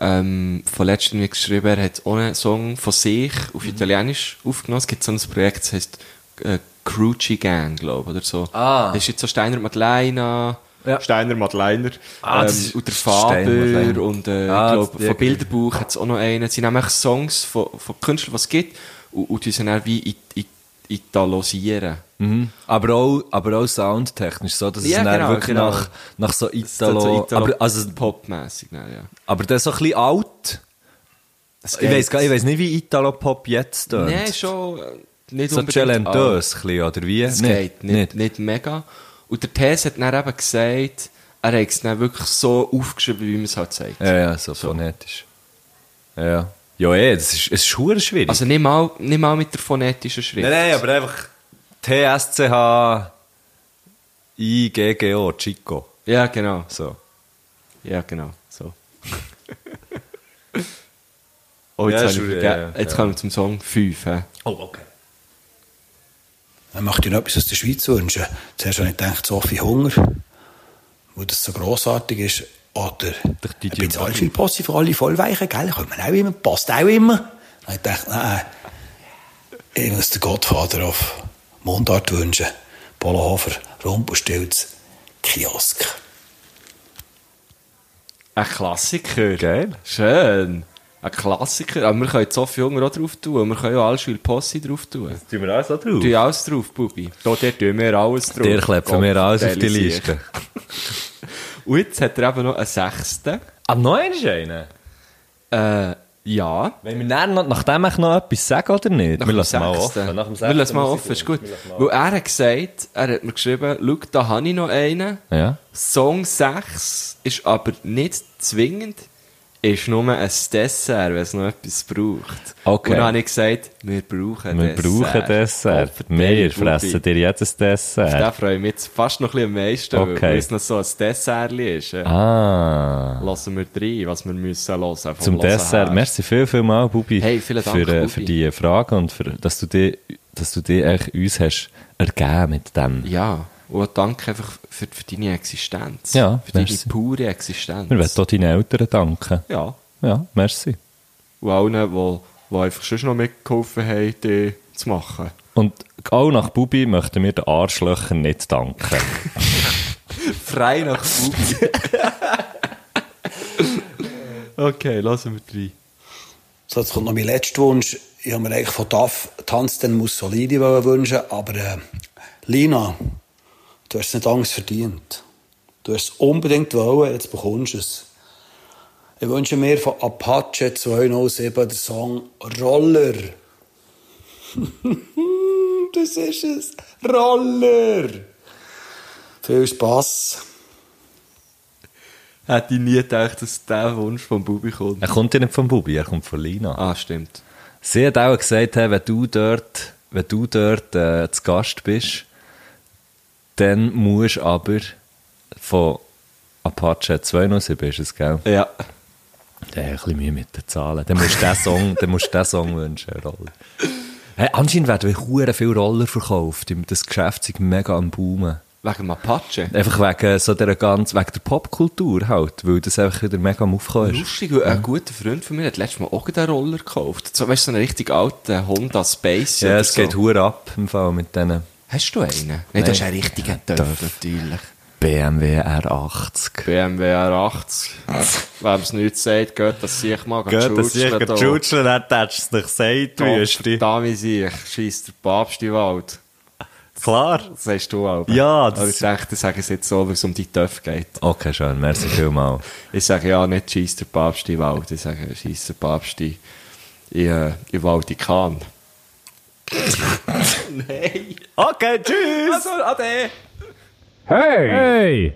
Speaker 5: ähm, von letztem Jahr geschrieben, er hat ohne Song von sich auf
Speaker 6: Mhm.
Speaker 5: Italienisch aufgenommen. Es gibt so ein Projekt, das heisst, äh, Cruci Gang, glaube ich, oder so.
Speaker 6: Ah.
Speaker 5: Das ist jetzt so Steiner Madeleine,
Speaker 6: Ja.
Speaker 5: Steiner Madeleiner,
Speaker 6: Ah, das
Speaker 5: ähm,
Speaker 6: ist
Speaker 5: und der
Speaker 6: Steiner Madeleine.
Speaker 5: Faber, und, äh,
Speaker 6: Ah,
Speaker 5: ich
Speaker 6: das- ja,
Speaker 5: glaube, von
Speaker 6: genau.
Speaker 5: Bilderbuch hat es auch noch einen. Sie nehmen eigentlich Songs von, von Künstlern, die es gibt, und, und die sind dann wie it, it, italosieren.
Speaker 6: Mhm. Aber auch, aber auch soundtechnisch, so, dass
Speaker 5: Ja,
Speaker 6: es dann
Speaker 5: genau,
Speaker 6: wirklich
Speaker 5: genau.
Speaker 6: nach, nach so
Speaker 5: Das ist dann
Speaker 6: Italo,
Speaker 5: so
Speaker 6: aber, also,
Speaker 5: Italo-Pop-mässig, ne, ja.
Speaker 6: aber das so ein bisschen alt. Ich weiß gar ich weiss nicht, wie Italo-Pop jetzt tönt.
Speaker 5: Nein, schon äh, nicht
Speaker 6: so
Speaker 5: alt.
Speaker 6: Celentös, ein bisschen, oder wie?
Speaker 5: Es geht nicht, nicht. mega. Und der Tess hat dann eben gesagt, er hat es dann wirklich so aufgeschrieben, wie man es halt sagt.
Speaker 6: Ja, ja, so, phonetisch. Ja. Ja, eh, das ist, es ist schwer schwierig.
Speaker 5: Also nicht mal, nicht mal mit der phonetischen Schrift.
Speaker 6: nein, nein, aber einfach TSCH IGGO, Chico.
Speaker 5: Ja, genau.
Speaker 6: So.
Speaker 5: Ja, genau. So. oh,
Speaker 6: Ja,
Speaker 5: jetzt,
Speaker 6: ist
Speaker 5: habe ich,
Speaker 6: schon-
Speaker 5: verge-
Speaker 6: ja, ja,
Speaker 5: jetzt
Speaker 6: ja.
Speaker 5: kommen wir zum Song 5.
Speaker 6: Oh, okay.
Speaker 1: Dann möchte ich noch etwas aus der Schweiz wünschen. Zuerst habe ich gedacht, so viel Hunger, weil das so grossartig ist. Oder
Speaker 6: Der
Speaker 1: ein
Speaker 6: Didi
Speaker 1: bisschen
Speaker 6: Mbappé.
Speaker 1: allzu viel Posse für alle Vollweichen, gell? Kommt man auch immer, passt auch immer. Dann habe ich gedacht, nein, ich muss den Gottvater auf Mundart wünschen. Polohofer, Rumpelstilz, Kiosk.
Speaker 5: Ein Klassiker.
Speaker 6: Geil.
Speaker 5: Schön. Ein Klassiker. Aber wir können jetzt so viel Hunger auch drauf tun. Wir können ja alle Schül Posse drauf tun.
Speaker 6: Tun wir alles auch drauf?
Speaker 5: tue ich alles drauf, Bubi. Da der tun wir alles drauf.
Speaker 6: Der klepfen wir alles auf die
Speaker 5: Gottverdelizier.
Speaker 6: Liste.
Speaker 5: Und jetzt hat er eben noch einen sechsten.
Speaker 6: Am neuen ist einer.
Speaker 5: Äh, ja.
Speaker 6: Wenn wir dann noch, nachdem ich noch etwas sagen oder nicht? wir lassen mal offen. Nach dem
Speaker 5: Wir lassen
Speaker 6: sechsten
Speaker 5: mal
Speaker 6: muss
Speaker 5: offen,
Speaker 6: ich-
Speaker 5: ist gut. Weil er hat gesagt, er hat mir geschrieben, schau, da habe ich noch einen.
Speaker 6: Ja.
Speaker 5: Song 6 ist aber nicht zwingend, ist nur ein Dessert, wenn es noch etwas braucht.
Speaker 6: Okay.
Speaker 5: Und dann habe ich gesagt, wir brauchen
Speaker 6: Wir brauchen Dessert. Wir fressen dir jedes
Speaker 5: Da
Speaker 6: Dessert.
Speaker 5: freue ich mich jetzt fast noch ein bisschen am meisten,
Speaker 6: Okay.
Speaker 5: weil es noch so ein Dessert ist. Ja.
Speaker 6: Ah.
Speaker 5: Lassen wir rein, was wir müssen hören. vom
Speaker 6: Zum
Speaker 5: Hören
Speaker 6: Dessert.
Speaker 5: Oh, her.
Speaker 6: Merci viel, viel mal, Bubi,
Speaker 5: Hey, vielen Dank,
Speaker 6: für, äh,
Speaker 5: Bubi.
Speaker 6: für die Frage und für, dass du die, dass du die echt uns hast ergeben mit dem.
Speaker 5: Ja, und danke einfach für, für deine Existenz.
Speaker 6: Ja,
Speaker 5: Für deine
Speaker 6: merci.
Speaker 5: pure Existenz.
Speaker 6: Wir wollen auch deinen Eltern danken.
Speaker 5: Ja,
Speaker 6: Ja, merci.
Speaker 5: und allen, die, die einfach schon noch mitgeholfen haben, die zu machen.
Speaker 6: Und auch nach Bubi möchten wir den Arschlöchern nicht danken.
Speaker 5: Frei nach Bubi. okay, lassen wir rein.
Speaker 1: So, jetzt kommt noch mein letzter Wunsch. Ich habe mir eigentlich von TAF Tanz den Mussolini wollen wünschen, aber äh, Lina, du hast es nicht anders verdient. Du hast es unbedingt wollen, jetzt bekommst du es. Ich wünsche mir von Apache 207 den Song Roller. das ist es. Roller. Viel Spass.
Speaker 5: Hätte ich nie gedacht, dass der Wunsch vom Bubi kommt.
Speaker 6: er kommt ja nicht von Bubi, er kommt von Lina.
Speaker 5: Ah, stimmt.
Speaker 6: Sie hat auch gesagt, hey, wenn du dort, wenn du dort äh, zu Gast bist, dann musst du aber von Apache 207 ist es, gell?
Speaker 5: Ja.
Speaker 6: Der hat ein bisschen Mühe mit den Zahlen. Dann musst du diesen Song, dann musst du diesen Song wünschen, Rolli. Hey, anscheinend werden hure viele Roller verkauft. Das Geschäft ist mega am Boomen.
Speaker 5: Wegen dem Apache.
Speaker 6: Einfach wegen, so der, ganz, wegen der Popkultur halt, weil das einfach wieder mega am Aufkommen ist.
Speaker 5: Lustig, weil ein guter Freund von mir hat letztes Mal auch gerade einen Roller gekauft. So, weißt du, so einen richtig alten Honda Space.
Speaker 6: Ja,
Speaker 5: oder
Speaker 6: es
Speaker 5: so.
Speaker 6: geht hure ab im Fall mit diesen
Speaker 5: Hast du einen? Nein, du hast einen richtigen Dörf, natürlich.
Speaker 6: BMW R80.
Speaker 5: BMW R80. Wem es nichts sagt, geht das sich mal
Speaker 6: Gut, dass ich
Speaker 5: da.
Speaker 6: gejutschelt hat, hättest du es nicht gesagt, Wüste.
Speaker 5: Da wie sich, scheisst der Papst im Wald.
Speaker 6: Klar.
Speaker 5: Das sagst du auch.
Speaker 6: Ja, das-
Speaker 5: das... Aber ich dachte, ich sage es jetzt so, weil es um die Töpfe geht.
Speaker 6: Okay, schön, merci vielmals.
Speaker 5: Ich sage ja nicht scheisst der Papst im Wald, ich sage scheisst der Papst in, in, in Waldikan. Nein.
Speaker 6: Okay, tschüss!
Speaker 5: Also, ade.
Speaker 2: Hey!